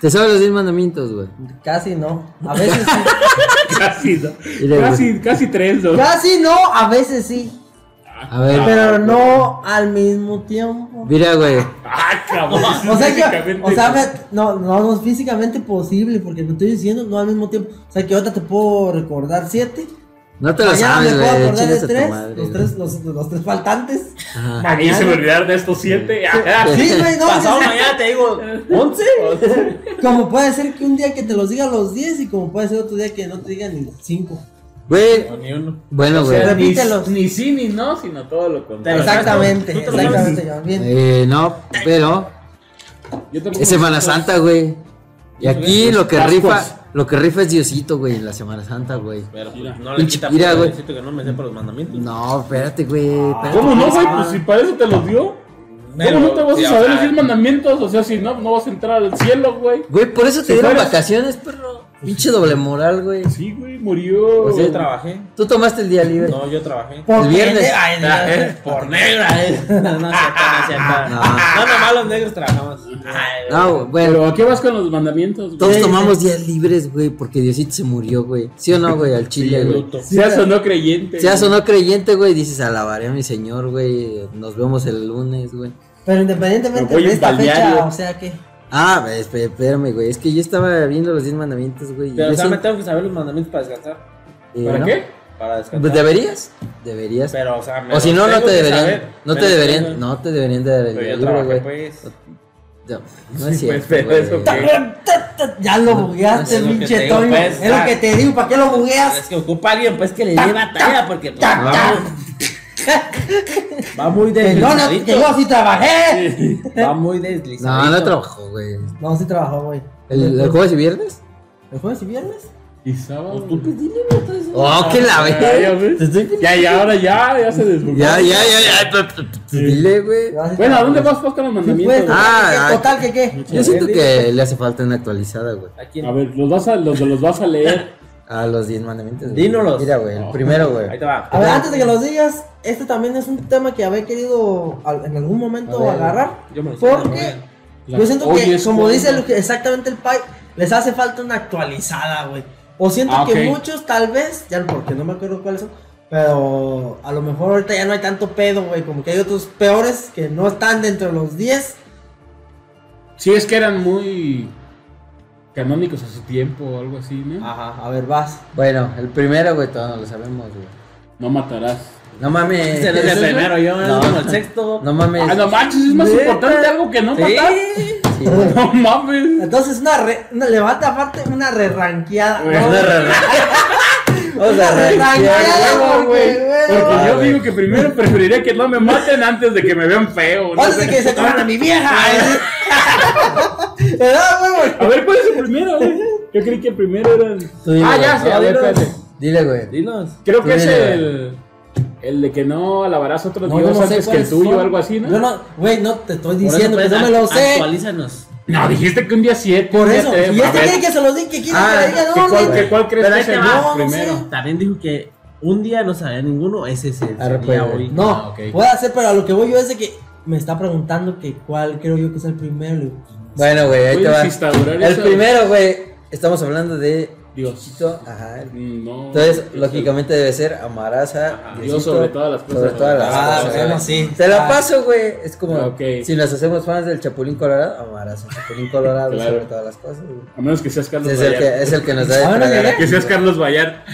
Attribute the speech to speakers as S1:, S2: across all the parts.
S1: Te sabes los 10 mandamientos, güey.
S2: Casi no. A veces sí.
S3: Casi, ¿no?
S1: Y luego-
S3: Casi, casi tres, ¿no?
S2: Casi no, a veces sí.
S3: Ah,
S1: A ver,
S2: Pero no al mismo tiempo.
S1: mira, güey.
S3: Ah, cabrón.
S2: O sea, que,
S3: Básicamente- pues,
S2: o sea me- no, no, no es físicamente posible, porque te estoy diciendo, no al mismo tiempo. O sea, que ahorita te puedo recordar siete.
S1: No te lo
S2: mañana
S1: sabes,
S2: me
S1: güey.
S2: puedo acordar
S1: chingas
S2: de
S1: a tu
S2: tres,
S1: madre,
S2: los
S1: güey.
S2: tres, los, los tres faltantes.
S1: Ajá.
S3: A mí se me olvidaron de estos siete. Ah, ah.
S2: Sí, güey, no,
S4: Pasado
S2: sí, sí.
S4: mañana te digo,
S2: ¿Once? Como puede ser que un día que te los diga los 10 y como puede ser otro día que no te digan ni 5.
S1: Güey,
S4: no, ni uno.
S1: bueno,
S4: O
S1: güey.
S4: sea, ni,
S2: Repítelos.
S4: ni sí ni no, sino todo lo contrario.
S2: Exactamente,
S4: Tú te lo sabes.
S2: exactamente, Joan, bien.
S1: Eh, no, pero
S4: Yo tampoco
S1: es Semana
S4: sé.
S1: Santa, güey. Y aquí lo que
S3: Pascuas.
S1: rifa, lo que rifa es Diosito, güey, en la Semana Santa, güey.
S4: Pero pues, no le
S1: Pinche
S4: quita
S1: pira,
S4: por
S1: güey.
S4: decirte que no me sé por los mandamientos. Ah.
S1: No, espérate, güey. Ah, espérate.
S3: Ah, ¿Cómo no, güey? Pues si para eso te los dio. ¿Cómo no te vas a saber los 10 mandamientos? O sea, si no, no vas a entrar al cielo, güey.
S1: Güey, por eso te
S3: Si
S1: dieron
S3: fueras-
S1: vacaciones, perro. Pinche doble moral, güey.
S3: Sí, güey, murió.
S1: O sea,
S4: Yo trabajé.
S1: Tú tomaste el día libre.
S4: No, yo trabajé.
S2: Por
S1: viernes.
S2: gente- ay, no.
S4: Por negra, eh. No, no, no, no,
S1: Ah, No.
S4: no, nomás los negros Ah, trabajamos.
S1: No, güey, bueno.
S3: Pero ¿a qué vas con los mandamientos,
S1: Todos
S3: güey?
S1: tomamos días libres, güey, porque Diosito se murió, güey. ¿Sí o no, güey? Al chile, güey.
S4: Luto.
S3: Seas o no creyente.
S1: Seas o no creyente, güey, dices, alabaré a mi señor, güey. Nos vemos el lunes, güey.
S2: Pero
S3: Me
S2: independientemente
S3: voy
S2: de
S3: en
S2: esta
S3: balneario. Eh.
S2: fecha, o sea que.
S1: Ah, esp- espérame, güey. Es que yo estaba viendo los 10 mandamientos, güey. y
S4: Pero
S1: yo
S4: o sea,
S1: sí-
S4: me tengo que saber los mandamientos para descansar.
S1: eh,
S3: ¿Para
S1: ¿no?
S3: qué?
S4: Para
S1: Pues
S4: descansar.
S1: deberías. Deberías.
S4: Pero, o sea, me
S1: o si
S4: los
S1: no, no
S4: tengo
S1: te
S4: que
S1: deberían.
S4: saber.
S1: no
S4: Me
S1: te
S4: los
S1: deberían.
S4: tengo.
S1: no te deberían de dar el
S4: Pero
S1: día
S4: yo
S1: libre,
S4: trabajé,
S1: güey.
S4: pues.
S1: No, no es
S3: Sí,
S1: cierto.
S3: pues, pero
S1: güey.
S3: eso qué.
S2: Ya lo bugueaste,
S4: Es lo que te
S2: pinche
S4: digo,
S2: Toño.
S4: pues,
S2: es lo
S4: ah.
S2: que te digo, ¿para qué lo bugueas?
S4: Es que ocupa a alguien, pues, que le dé batalla, porque pues,
S1: Ah,
S2: ta,
S4: va, va muy
S2: Que no, no, que
S4: deslizadito.
S2: yo sí trabajé.
S4: Va muy deslizadito.
S1: No, no trabajó, güey.
S2: No, sí trabajó, güey.
S1: ¿El, el jueves y viernes?
S2: ¿El jueves y viernes?
S3: Y sábado.
S4: Tú, pues, dile, no estás diciendo
S1: Oh,
S4: nada.
S1: que la
S3: Ah, ya,
S1: ve.
S3: ves.
S1: Te estoy-
S3: Ya, ya, ahora ya, ya se desbloqueó.
S1: Ya, ya, ya, ya. Dile, güey.
S2: No, Ah, sí
S3: Bueno, ¿a dónde
S2: trabajó.
S3: vas pues, con los
S2: Sí,
S3: mandamientos?
S2: pues,
S3: güey?
S1: Ah,
S2: ¿qué-
S1: ah.
S2: total, que qué?
S1: Yo siento que le hace falta una actualizada, güey.
S4: ¿A quién?
S3: A ver, los, vas a, los, los vas a leer.
S1: A los 10 mandamientos. güey.
S4: Dínolos.
S1: Mira, güey. El primero, güey.
S4: Ahí te va.
S2: A ver, antes de que los digas, este también es un tema que había querido al- en algún momento
S1: A ver,
S2: agarrar.
S4: Yo me lo sé,
S2: Porque
S4: güey.
S2: yo siento
S3: Hoy
S2: que,
S3: es
S2: como
S3: cuando-
S2: dice lo que- exactamente el Pai, les hace falta una actualizada, güey. O siento
S3: Ah,
S2: que
S3: ok.
S2: muchos, tal vez, ya porque no me acuerdo cuáles son, pero a lo mejor ahorita ya no hay tanto pedo, güey. Como que hay otros peores que no están dentro de los 10.
S3: Sí, es que eran muy canónicos a su tiempo o algo así, ¿no?
S2: Ajá, a ver, vas.
S1: Bueno, el primero, güey, todavía no lo sabemos, güey.
S3: No matarás.
S1: No mames.
S4: Ese no es el
S1: ¿Eso,
S4: primero, yo
S1: No.
S4: no. como el sexto.
S1: No mames.
S3: Ah, no manches, es más
S2: Neta.
S3: importante algo que no
S4: Sí.
S3: matar.
S1: Pues, Sí, güey.
S3: No mames.
S2: Entonces, una re- una- le falta aparte una re-ranqueada.
S3: Güey,
S2: ¿no?
S3: una
S1: Vamos a
S2: Tranquila,
S1: arrancar.
S2: güey,
S3: güey.
S2: güey.
S3: Porque
S1: Ah,
S3: yo
S1: güey.
S3: digo que primero preferiría que no me maten antes de que me vean feo. ¿no?
S2: Antes de que se coman a mi vieja. ¿Verdad, güey, güey?
S3: A ver, ¿cuál es el primero, güey? Yo creí que el primero era el...
S1: Tú dilo,
S3: Ah,
S1: güey.
S3: ya sé, a ver,
S4: dilo.
S3: espérate.
S1: Dile, güey.
S4: Dinos.
S3: Creo que es
S1: Dilo, güey.
S3: el... El de que no alabarás a otro
S2: No,
S3: dios
S2: yo no sé
S3: antes que el
S2: cuáles
S3: tuyo o
S2: son.
S3: algo así, ¿no?
S2: Yo no, güey, no te estoy
S4: Por eso,
S2: diciendo
S4: pues,
S2: que no me lo
S4: act-
S2: sé.
S4: Actualízanos.
S3: No, dijiste que un día siete.
S2: Por
S3: un día
S2: eso,
S3: tres,
S2: y
S3: a
S2: este
S3: ver.
S2: quiere que se los diga, que quiere
S1: Ah,
S2: que le diga
S3: ¿Que
S2: no,
S3: cuál,
S2: güey.
S3: que cuál crees
S4: Pero
S3: que
S4: ahí
S3: es
S4: te
S3: el
S4: va,
S3: más
S2: no
S3: primero?
S2: sé.
S4: También dijo que un día no sabía ninguno. Ese es el
S1: Arre, pues,
S4: día
S1: güey.
S4: hoy.
S2: No,
S4: Ah, ok.
S2: puede hacer, pero a lo que voy yo es de que me está preguntando que cuál creo yo que es el primero. le digo,
S1: Bueno, güey, ahí
S3: Voy
S1: te
S3: a
S1: va.
S3: instaurar
S1: El
S3: eso.
S1: primero, güey. Estamos hablando de
S3: Dios.
S1: Diosito. Ajá.
S3: Mm, No.
S1: Entonces, lógicamente debe ser amarás a
S4: Ajá.
S1: Diosito
S3: Dios sobre todas las cosas.
S1: Sobre todas las
S2: Ah,
S1: cosas,
S2: bueno,
S1: güey.
S2: sí.
S1: Te la
S2: Ah.
S1: paso, güey. Es como
S3: Ah, ok.
S1: si nos hacemos fans del Chapulín Colorado, amarás al Chapulín Colorado
S3: Claro.
S1: sobre todas las cosas, güey.
S3: A menos que seas Carlos
S1: Es el,
S3: Vallarta.
S1: que, es el que nos da de
S2: Ah, bueno,
S1: tragar
S2: ya.
S1: aquí,
S3: Que seas
S1: güey.
S3: Carlos Vallarta.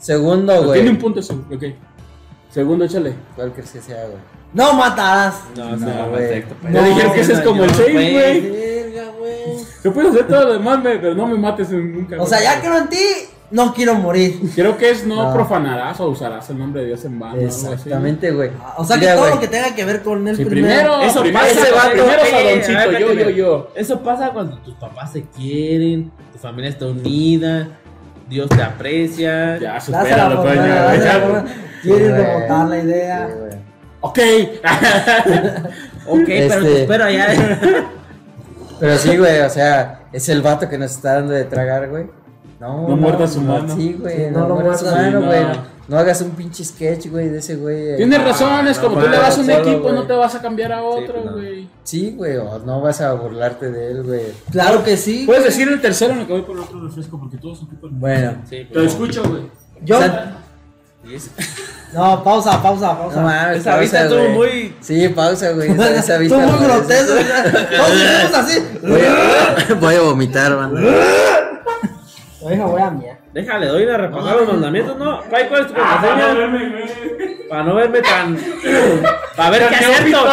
S1: Segundo,
S3: Tiene
S1: güey.
S3: un punto eso. Ok. Segundo, échale.
S1: ¿Cuál crees que sea, güey?
S2: No matarás.
S4: No,
S1: No,
S4: no,
S1: güey.
S4: perfecto. pues.
S3: Ya dijeron que ese es
S4: no,
S3: como el
S4: no,
S3: seis,
S4: pues.
S3: güey.
S2: Verga, güey.
S3: Yo puedo hacer todo lo demás, güey, pero no me mates nunca.
S2: O sea, ya
S3: que...
S2: creo en ti, no quiero morir.
S3: Creo que es no,
S1: No.
S3: profanarás o usarás el nombre de Dios en vano.
S1: Exactamente, güey.
S2: Ah, O sea, que
S1: Mira,
S2: todo
S1: güey.
S2: lo que tenga que ver con él
S3: Sí,
S2: primero.
S3: primero,
S4: Eso
S3: primero,
S4: pasa,
S3: ese vato,
S4: vato,
S3: primero
S4: eh,
S3: sadoncito,
S4: a ver,
S3: yo, yo,
S4: espérate.
S3: yo.
S4: Eso pasa cuando tus papás se quieren, tu familia está unida, Dios te aprecia.
S3: Ya, supera
S2: Dásela
S3: lo
S2: por buena, dásela por
S3: coño.
S2: buena. Quieres
S1: güey.
S2: rebotar la idea.
S1: Sí, güey.
S3: Ok. ah,
S4: Ok, pero
S1: Este-
S4: te espero allá.
S1: Pero sí, güey, o sea, es el vato que nos está dando de tragar, güey. No,
S3: No muerda su
S1: no,
S3: mano.
S1: Sí, güey,
S2: Sí,
S1: no,
S2: no lo
S1: muerda su
S2: muerda.
S1: mano,
S3: Sí,
S1: güey.
S3: no.
S1: No hagas un pinche sketch, güey, de ese güey. eh.
S3: Tienes razón, es
S4: Ah, no
S3: como tú le
S4: mames,
S3: vas a un
S4: solo,
S3: equipo,
S4: güey. pues
S3: no te vas a cambiar a otro,
S4: no.
S3: güey.
S1: Sí, güey, o no vas a burlarte de él, güey.
S2: Claro que sí.
S3: Puedes decir el tercero, me voy por otro refresco porque todos ocupan.
S1: Bueno,
S4: Sí,
S3: Te lo escucho, güey.
S2: Yo.
S1: San-
S4: Y es-
S2: No, pausa, pausa, pausa.
S1: no mames,
S4: Esa vista
S1: pausa,
S4: estuvo
S1: güey.
S4: muy-
S1: Sí, pausa, güey. Esa, esa vista.
S2: Tú muy
S1: güey,
S2: grotesco. Todos hicimos así.
S1: Voy a, voy a vomitar, man.
S2: Oiga, voy a mía.
S4: Déjale, doy la repasada a los mandamientos, Ah, ¿no? Pai, ¿cuál es tu
S3: Ah,
S4: contraseña? Para no verme tan. Para ver qué acierto.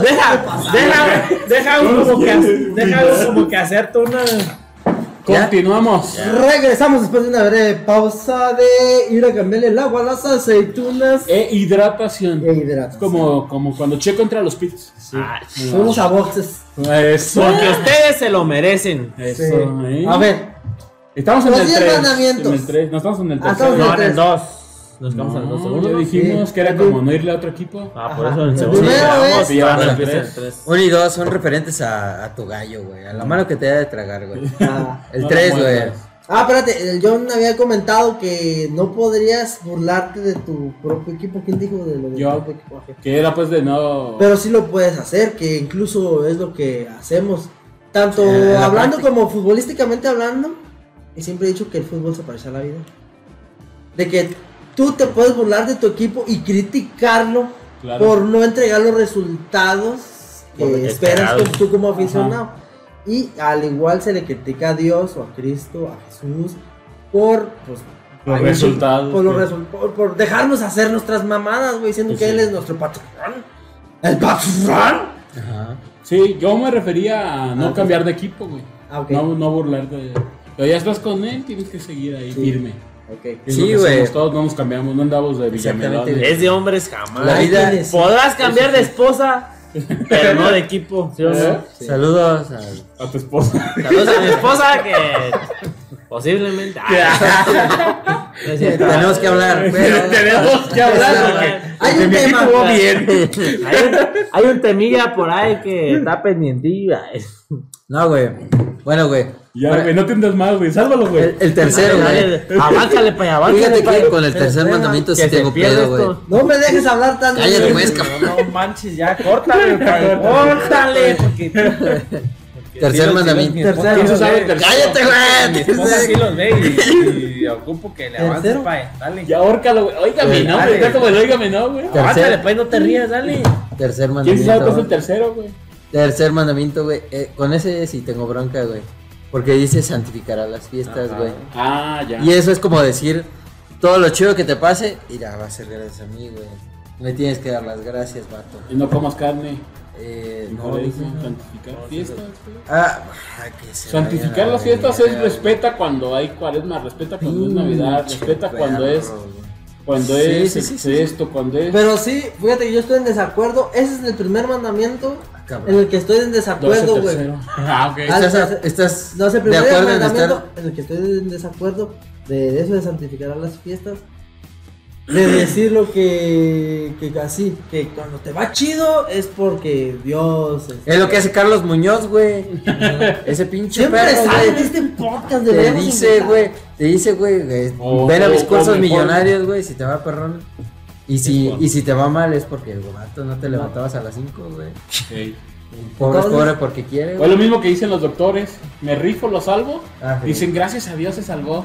S4: Deja, deja, deja uno como que, ac- deja uno como que acierto una.
S1: ¿Ya?
S3: Continuamos.
S2: Regresamos después de una breve pausa de ir a cambiarle el agua a las aceitunas
S3: E hidratación.
S2: e hidratos.
S3: Es como, como cuando checo entra a los pits.
S4: Ah,
S2: Fuimos a boxes.
S3: Eso.
S4: Porque ustedes se lo merecen.
S2: Sí.
S3: Eso, ¿eh?
S2: A ver,
S3: Estamos en
S2: Los
S3: el
S2: diez
S3: 3.
S2: mandamientos.
S3: En el tres. No estamos en el
S2: Ah,
S3: 3.
S2: estamos
S4: No, en el 2. Nos vamos al dos, segundo.
S3: ya
S4: ¿no?
S3: dijimos
S2: Sí.
S3: que era como no irle a otro equipo.
S4: Ah, por
S2: Ajá.
S4: eso en
S2: El
S4: el segundo.
S2: primero
S4: vamos,
S2: es-
S4: y ahora
S1: Ahora
S4: empieza el
S3: tres.
S4: 3.
S1: Uno y dos son referentes a, a tu gallo, güey. A la mano que te da de tragar, güey.
S2: Ah,
S1: El
S3: No
S1: tres,
S3: lo
S1: güey.
S3: muestras.
S2: ah, espérate, el John había comentado que no podrías burlarte de tu propio equipo. ¿Quién dijo de lo de
S3: Yo.
S2: tu propio equipo? Ok.
S3: Que era pues de no.
S2: Pero sí lo puedes hacer, que incluso es lo que hacemos. Tanto
S1: En la
S2: hablando
S1: práctica.
S2: como futbolísticamente hablando, y siempre he dicho que el fútbol se parece a la vida. De que tú te puedes burlar de tu equipo y criticarlo
S3: Claro.
S2: por no entregar los resultados que
S4: Por lo que
S2: esperas tú,
S4: esperados.
S2: tú como aficionado. Y al igual se le critica a Dios o a Cristo, a Jesús, por pues,
S3: Los
S2: algún-
S3: resultados, pues.
S2: Por, los
S3: sí.
S2: resu- por, por dejarnos hacer nuestras mamadas, güey, diciendo
S3: Pues
S2: que
S3: sí.
S2: Él es nuestro patrón. ¿El patrón?
S1: Ajá.
S3: Sí, yo me refería a no
S2: Ah,
S3: cambiar de equipo, güey.
S2: Ah, ok.
S3: No, no burlarte de. Pero ya estás con él, tienes que seguir ahí
S2: Sí.
S3: firme.
S2: Ok.
S3: Es lo
S1: Sí,
S3: que
S1: güey.
S3: hacemos Todos no nos cambiamos, no andamos de
S1: Exactamente,
S3: villamelones.
S1: güey.
S4: Es de hombres
S1: La
S4: jamás.
S1: vida.
S2: tienes.
S4: Podrás cambiar de esposa, pero no de equipo. ¿sí o no?
S3: ¿Eh?
S1: Saludos a.
S3: A tu esposa.
S4: Saludos a mi esposa que posiblemente. Ah, no es cierto.
S1: Tenemos que hablar, pero.
S3: Tenemos que
S4: hablar,
S3: hablar.
S4: güey.
S2: Hay
S1: De
S2: un
S1: mi
S2: tema.
S1: equipo
S2: güey.
S1: bien.
S4: Hay un, hay un temilla por ahí que está ah, pendientillo.
S1: No, güey. Bueno, güey.
S3: Ya, güey, no te hundas más, güey. Sálvalo, güey.
S1: El, el tercero, güey.
S4: Avánzale para allá, avánzale
S1: Fíjate
S4: pa'
S1: que
S4: allá.
S1: con el tercer
S2: Espera,
S1: mandamiento
S4: que
S1: sí
S4: se
S1: tengo
S4: pierda
S1: pedo,
S4: esto.
S1: güey.
S2: No me dejes hablar tanto.
S1: Cállate, pues, güey,
S4: No, no manches, ya, córtale, pa- córtale. porque- porque
S1: Tercer
S4: sí los-
S1: mandamiento.
S4: sí los- mi esposa
S2: Tercero.
S3: ¿Quién se
S4: los
S3: sabe
S4: ve.
S3: el tercero?
S1: ¡Cállate,
S4: Mi
S1: güey!
S4: esposa sí los ve y, y ocupo que le avances
S2: ¿Tercero?
S4: pa' allá, dale.
S3: Ya, ahórcalo, güey. Óigame,
S1: Güey,
S3: no,
S1: dale.
S3: güey. Está como el óigame, no, güey.
S1: Tercero.
S4: Avánzale,
S5: pues,
S4: pa' ahí, no te rías, dale.
S1: Tercer
S3: ¿Quién sabe qué es el
S1: mandamiento.
S3: tercero, güey?
S1: Tercer mandamiento, güey. Eh, con ese sí tengo bronca, güey. Porque dice santificará las fiestas,
S4: Ajá.
S1: güey.
S3: Ah, ya.
S1: Y eso es como decir, todo lo chido que te pase, mira, va a ser gracias a mí, güey. Me tienes que dar las gracias, vato.
S3: Y no comas carne.
S1: Eh, no,
S3: No,
S1: dice, no.
S3: santificar fiestas, güey.
S1: Ah, ah, que se
S3: Santificar
S1: vaya
S3: las
S1: la
S3: fiestas
S1: verga,
S3: es
S1: güey.
S3: respeta cuando hay cuaresma, respeta cuando es
S1: Mm,
S3: Navidad, respeta
S1: che,
S3: cuando
S1: perro,
S3: es cuando
S1: Sí,
S3: es
S1: sí, sí,
S3: este,
S1: sí.
S3: esto, cuando es
S2: Pero sí, fíjate que yo estoy en desacuerdo. Ese es el primer mandamiento en
S1: Ah, cabrón.
S2: el que estoy en
S3: no es el
S2: desacuerdo, güey.
S3: tercero. Ah, ok.
S2: Ah,
S1: ¿Estás, a-
S2: tercer-
S1: estás
S2: No, es
S1: de
S2: el primer
S1: acuerdo en
S2: mandamiento
S1: estar?
S2: en el que estoy en desacuerdo de eso de santificar a las fiestas. De decir lo que, que así, que cuando te va chido es porque Dios. este,
S1: Es lo que hace Carlos Muñoz, güey. Ese pinche
S2: Siempre
S1: perro,
S2: sale
S1: güey.
S2: de este podcast de
S1: Te dice, güey, te dice, güey, eh,
S3: O-
S1: ven a
S3: o-
S1: mis
S3: o
S1: cursos
S3: mejor.
S1: millonarios, güey, si te va perrón. Y si,
S4: por-
S1: y si te va mal es porque, güey, vato, no te levantabas a las 5, güey.
S3: Ok.
S1: Pobre es
S2: Entonces-
S1: pobre porque quiere,
S3: O es
S1: güey.
S3: lo mismo que dicen los doctores, me rifo, lo salvo.
S1: Ah, sí.
S3: Dicen, gracias a Dios se salvó.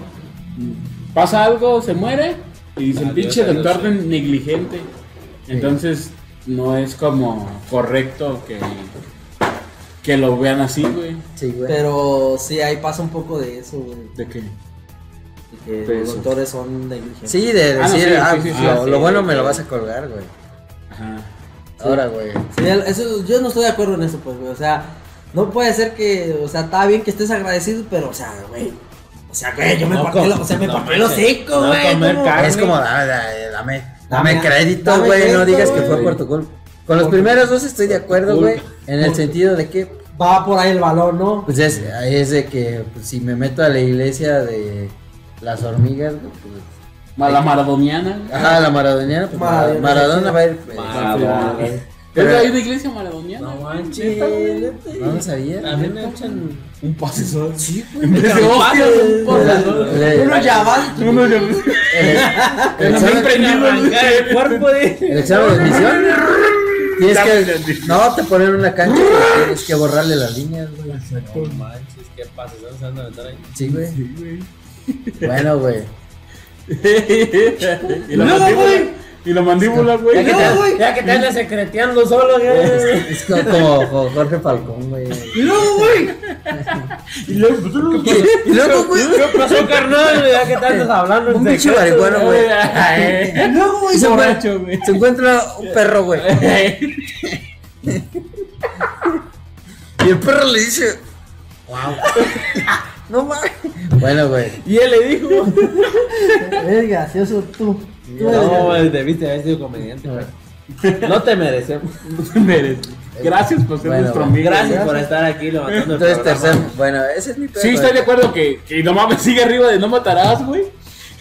S3: Pasa algo, se muere. Y dicen,
S4: Adiós,
S3: pinche
S4: adiós".
S3: doctor ne- negligente. Entonces, no es como correcto que, que lo vean así, güey.
S1: Sí, güey.
S2: Pero sí, ahí pasa un poco de eso, güey.
S3: ¿De qué?
S2: de que
S3: Pero
S2: los
S3: eso.
S2: doctores son negligentes.
S1: Sí, de
S3: Ah, no,
S1: decir,
S3: sí,
S1: ah,
S3: sí, sí, sí,
S1: lo,
S3: sí,
S1: lo
S3: sí,
S1: bueno
S3: sí.
S1: me lo vas a colgar, güey.
S3: Ajá.
S1: Ahora, güey.
S2: Sí, el- eso, yo no estoy de acuerdo en eso, pues, güey. O sea, no puede ser que, o sea, está bien que estés agradecido, pero, o sea, güey. O sea, güey, yo me
S4: No
S2: partí,
S4: com-
S2: lo- o sea, me
S4: no
S2: partí los
S4: manches,
S2: cinco,
S4: no
S2: güey.
S4: comer
S2: ¿cómo?
S3: Ah,
S4: carne.
S1: Es como, da- da- eh, dame,
S2: Dame-
S1: dame crédito,
S2: dame
S1: güey.
S2: crédito,
S1: No digas que fue
S2: güey.
S1: por tu culpa. Con los primeros dos estoy de acuerdo,
S3: culpa.
S1: güey. En el sentido de que
S2: Va por ahí el balón, ¿no?
S1: Pues es, es de que pues, si me meto a la iglesia de las hormigas, güey, pues.
S3: Ma- La maradoniana. güey.
S1: Ajá, la Ah, maradoniana, pues Mara-
S2: Maradona.
S1: Maradona va a ir. eh,
S3: Maradona.
S1: eh,
S3: ¿Es de ahí de iglesia maradoniana?
S5: No
S2: Neta, güey,
S5: manches.
S2: neta.
S1: No lo sabía.
S5: También me echan
S3: Un pase solo.
S1: Sí, güey.
S3: En vez de hostias, un pase solo.
S1: Le-
S2: Uno ya va.
S3: Uno ya me-
S1: el- el
S3: Ya
S1: examen-
S3: me impregnaba.
S6: Arrancar el cuerpo de.
S1: El examen de admisión. Tienes que. No, te ponen una cancha. pero Tienes que borrarle las líneas, güey.
S5: No manches, ¿qué pasa? ¿Están usando a meter ahí?
S1: Sí, güey. Bueno, güey.
S3: Y la
S2: No,
S3: mandíbula.
S2: güey.
S3: Y la mandíbula,
S5: Ya
S3: güey.
S5: que
S2: No, güey.
S5: te, ya que te andas secreteando solo, güey.
S1: Es como, como- como Jorge Falcón, güey.
S2: Y luego, güey.
S1: Y luego, güey.
S5: ¿Qué pasó, carnal? Ya que te andas hablando. en
S1: Un pinche
S5: secreto,
S1: marihuana, güey.
S3: Ay,
S1: Y luego, güey. Se, encuentra-
S3: Borracho, güey.
S1: se encuentra un perro, güey. Y el perro le dice. Wow. No mames. Bueno, güey.
S5: Y él le dijo.
S2: Eres gracioso tú. Tú eres
S5: No,
S2: gracioso.
S5: güey, debiste haber sido comediante, güey. No te merecemos.
S3: Merece. Gracias por ser
S1: Bueno,
S3: nuestro
S1: bueno.
S3: amigo.
S5: Gracias por estar aquí levantando el
S1: Entonces,
S5: programa.
S1: tercer. Bueno, ese es mi perro.
S3: Sí, estoy de acuerdo que, que no mames, sigue arriba de no matarás, güey.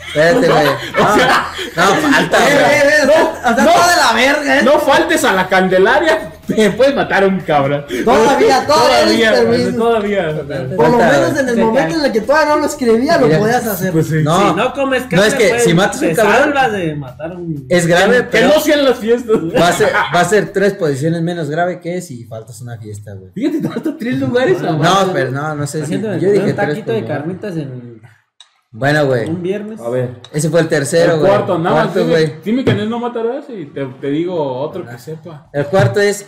S1: Espérate, güey. No,
S3: Ah.
S1: no, falta, güey.
S2: Eh, Hasta
S3: no.
S2: toda de la verga, eh.
S3: No faltes a la Candelaria, te puedes matar a un cabrón.
S2: Todavía, todavía.
S3: Todavía,
S2: eres
S3: güey,
S2: permiso.
S3: todavía.
S2: Por lo
S1: Falta,
S2: menos en el
S5: se
S2: momento en el que todavía no lo escribía, lo
S1: Mira,
S2: podías hacer.
S3: Pues sí.
S1: No,
S5: Si no comes carne,
S1: No, es que
S5: güey,
S1: si matas
S5: te
S1: un cabrón-
S5: salvas de matar a un.
S1: Es grave,
S3: Que
S1: pero
S3: no sean las fiestas.
S1: va a, ser, va a ser tres posiciones menos grave que si faltas una fiesta, güey.
S3: Fíjate, te hasta tres lugares a
S1: No, pero no, no sé si.
S5: Haciendo
S1: Yo dije
S5: un
S1: tres.
S5: taquito de
S1: pero no.
S5: carnitas en
S1: Bueno, güey.
S5: un viernes.
S3: A ver.
S1: Ese fue el tercero,
S3: el
S1: güey.
S3: cuarto, nada más.
S1: Cuarto,
S3: Dime,
S1: güey.
S3: dime que no es no matarás y te, te digo otro que sepa.
S1: El cuarto es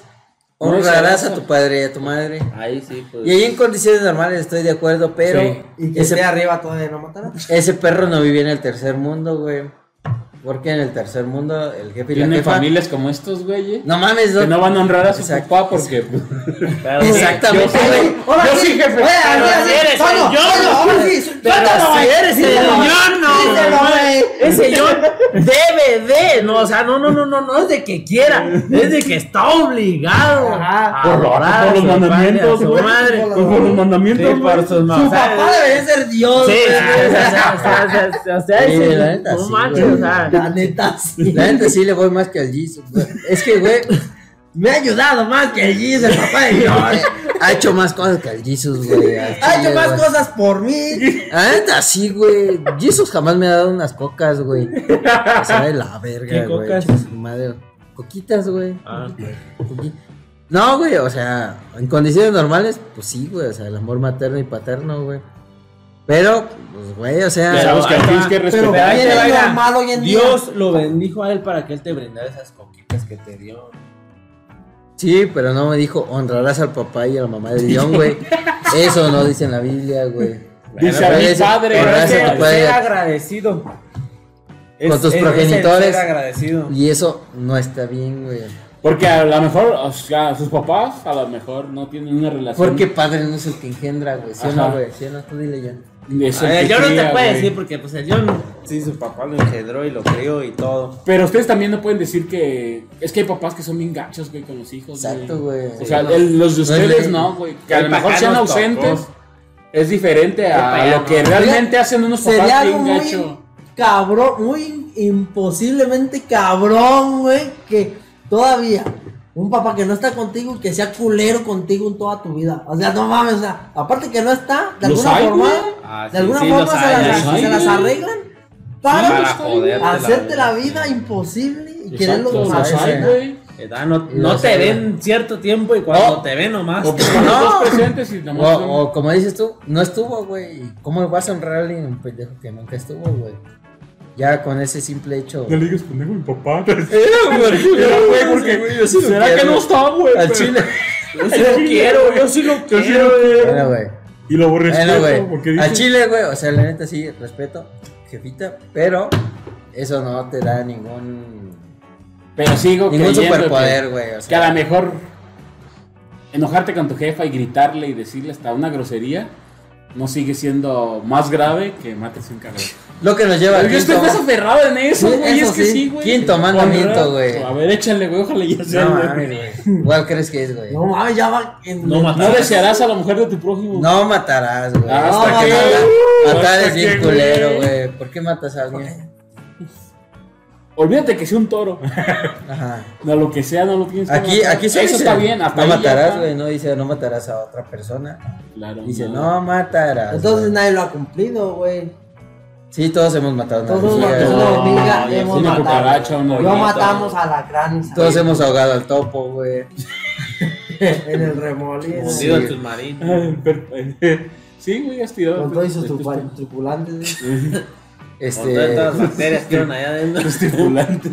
S3: No es
S1: honrarás
S3: abrazo.
S1: a tu padre y a tu madre.
S5: Ahí sí, pues.
S1: Y ahí en condiciones normales estoy de acuerdo, pero
S3: Sí.
S2: Y que esté
S1: ese,
S2: arriba todavía no matará.
S1: ese perro no vivía en el tercer mundo, güey. Porque en el tercer mundo el jefe y la
S3: Tienen
S1: jefa.
S3: familias como estos, güey. eh,
S1: No mames,
S3: Que no van a honrar a su
S1: Exacto.
S3: papá porque. pues,
S5: Pero,
S1: Exactamente,
S3: Yo sí,
S1: güey.
S3: güey. Yo sí, jefe.
S2: Oye, ahora sí,
S5: Eres
S2: Toño,
S5: el yo,
S2: Toño, ahora sí, suéltalo,
S1: así
S2: güey.
S1: eres el
S2: Díselo,
S1: yo,
S2: güey.
S5: no,
S2: Díselo,
S5: güey.
S2: güey.
S5: Ese yo debe de, no, o sea, no, no, no, no, no es de que quiera, es de que está obligado.
S2: Ajá.
S5: a
S3: Por, lo-
S5: honrar a
S3: por los
S5: su padre, a
S3: mandamientos,
S5: su
S3: güey.
S5: madre.
S3: Pues por los mandamientos,
S5: Sí, por
S3: güey.
S5: sus ma-
S1: Su
S5: o sea,
S1: papá debería ser Dios,
S5: Sí,
S1: güey.
S5: o sea, o sea, o sea, o sea, o sea,
S1: Sí,
S5: ese-
S1: la neta,
S5: no
S1: sí,
S5: manches,
S1: güey.
S5: o sea,
S2: La neta, sí.
S1: La gente sí le voy más que al Jesus, güey. Es que, güey,
S5: me ha ayudado más que el Giz, el papá de Dios.
S1: eh, ha hecho más cosas que al Jesus, güey. al
S2: Ha
S1: chile,
S2: hecho más
S1: güey.
S2: cosas por mí.
S1: La neta sí, güey. Jesus jamás me ha dado unas cocas, güey. O sea, de la verga,
S5: ¿Qué
S1: güey.
S5: cocas?
S1: chinga su madre. Coquitas, güey.
S5: Ah,
S1: Coqui- No, güey, o sea, en condiciones normales, pues sí, güey. O sea, el amor materno y paterno, güey. Pero, pues, güey, o sea.
S3: Pero sabes que
S5: ahí
S3: tienes
S5: va.
S3: que
S2: Pero
S3: respetar.
S5: ahí te va,
S2: viene
S5: mira.
S2: normal hoy en día.
S5: Dios lo bendijo a él para que él te brindara esas coquitas que te dio.
S1: Sí, pero no me dijo honrarás al papá y a la mamá de Dion, güey. Eso no dice en la Biblia, güey.
S3: Dice a
S1: Pero
S3: mi
S1: dice,
S3: padre.
S5: Pero es
S1: honrarás a
S5: ser,
S1: tu padre.
S5: ser agradecido.
S1: Con tus
S5: el
S1: progenitores.
S5: ser agradecido.
S1: Y eso no está bien, güey.
S3: Porque a lo mejor, o sea, sus papás a lo mejor no tienen una relación.
S1: Porque padre no es el que engendra, güey. ¿Sí o no,
S3: Ajá.
S1: güey? ¿Sí o no? Tú dile ya.
S3: es el
S5: A ver,
S3: que
S5: yo no te
S3: cría,
S5: puedo
S3: güey.
S5: decir porque pues el John sí su papá lo engendró y lo crió y todo.
S3: Pero ustedes también no pueden decir que. Es que hay papás que son bien gachos, güey, con los hijos. güey.
S1: Exacto, güey.
S3: O sea,
S1: No.
S3: el- los de
S1: No es
S3: ustedes
S1: ley.
S3: no, güey. Que a
S5: El
S3: lo mejor
S5: papá
S3: sean
S5: nos tocó.
S3: ausentes. Es diferente
S5: para
S3: a
S5: allá,
S3: lo que
S5: ¿no?
S3: realmente hacen unos papás
S2: Sería algo
S3: bien
S2: muy
S3: gacho.
S2: cabrón, muy imposiblemente cabrón, güey, que todavía un papá que no está contigo y que sea culero contigo en toda tu vida. O sea, no mames, o sea, aparte que no está, de
S3: Los
S2: alguna
S3: hay,
S2: forma,
S3: güey.
S5: Ah,
S2: de alguna
S5: sí,
S2: forma
S5: los
S2: se,
S5: hay,
S2: las,
S3: los hay,
S2: se las
S3: güey.
S2: arreglan
S3: Sí,
S2: para
S5: para joderte la
S2: hacerte la
S5: vida.
S2: vida imposible y
S3: Exacto,
S2: quererlo
S3: los
S1: más,
S3: hay,
S1: ¿eh?
S3: güey.
S5: Eh, ah, no,
S1: Y los
S5: no te
S1: hay,
S5: ven cierto tiempo y cuando
S1: Oh.
S5: te ven nomás.
S3: O que son los dos presentes y nomás. son-
S1: O, o como dices tú, no estuvo, güey. ¿Cómo vas a honrar a alguien un pendejo que nunca estuvo, güey? Ya con ese simple hecho.
S3: le digas pendejo a mi papá.
S1: Era,
S3: güey, porque,
S1: yo sí lo
S3: ¿Será que
S1: quiero.
S3: no está, güey?
S1: Al chile.
S5: Yo sí lo quiero, yo sí lo
S3: Yo sí
S5: quiero.
S3: lo quiero.
S1: Bueno, güey.
S3: Y lo
S1: Bueno,
S3: respeto porque
S1: güey.
S3: dice-
S1: Al chile, güey. O sea, la neta sí, respeto, jefita. Pero eso no te da ningún.
S3: Pero sigo
S1: Ningún
S3: creyendo
S1: superpoder,
S3: que,
S1: güey. O sea,
S3: que a lo mejor enojarte con tu jefa y gritarle y decirle hasta una grosería no sigue siendo más grave que mates a un cabrón.
S1: Lo que nos lleva al
S3: Yo estoy
S1: quinto.
S3: más aferrado en eso,
S1: Sí,
S3: güey.
S1: eso
S3: Es que
S1: sí.
S3: sí, güey.
S1: Quinto
S3: Por
S1: mandamiento,
S3: rato.
S1: güey.
S3: A ver, échale, güey. Ojalá ya sea.
S1: No
S3: güey.
S1: mames, güey. ¿Cuál crees que es, güey?
S2: No mames, ya va en
S5: No mames.
S3: No desearás a la mujer de tu prójimo.
S1: No matarás, güey.
S3: Ah,
S1: No,
S2: hasta
S1: matar-
S2: que-
S1: Matar
S3: hasta
S1: es bien
S3: que,
S1: culero,
S3: güey.
S1: güey. ¿Por qué matas a alguien?
S3: Olvídate que sea un toro.
S1: Ajá.
S3: No, lo que sea, no lo tienes que
S1: Aquí,
S3: matar.
S1: aquí se
S3: Eso
S1: dice,
S3: está bien. Hasta
S1: no
S3: ahí ya
S1: matarás,
S3: está.
S1: güey, no dice, no matarás a otra persona.
S3: Claro.
S1: Dice, no matarás.
S2: Entonces
S1: güey.
S2: nadie lo ha cumplido, güey.
S1: Sí, todos hemos matado a una
S2: Todos
S1: hormiga,
S2: hemos matado
S1: güey.
S2: una hormiga,
S3: No, ya
S2: hemos
S3: sí, una
S2: matado.
S3: cucaracha, una
S2: Yo
S3: hormiguita.
S2: matamos a la gran
S1: Todos hemos ahogado al topo, güey.
S2: en el remolino.
S1: Sí.
S4: Hundido el submarino.
S3: Ay, per- Sí, güey, has tirado.
S2: Con todos
S3: tus-
S7: Este,
S2: sus
S3: tus-
S2: trupa- tripulantes. güey.
S4: Con todas estas
S1: Este.
S4: bacterias que eran allá adentro.
S3: tus tripulantes.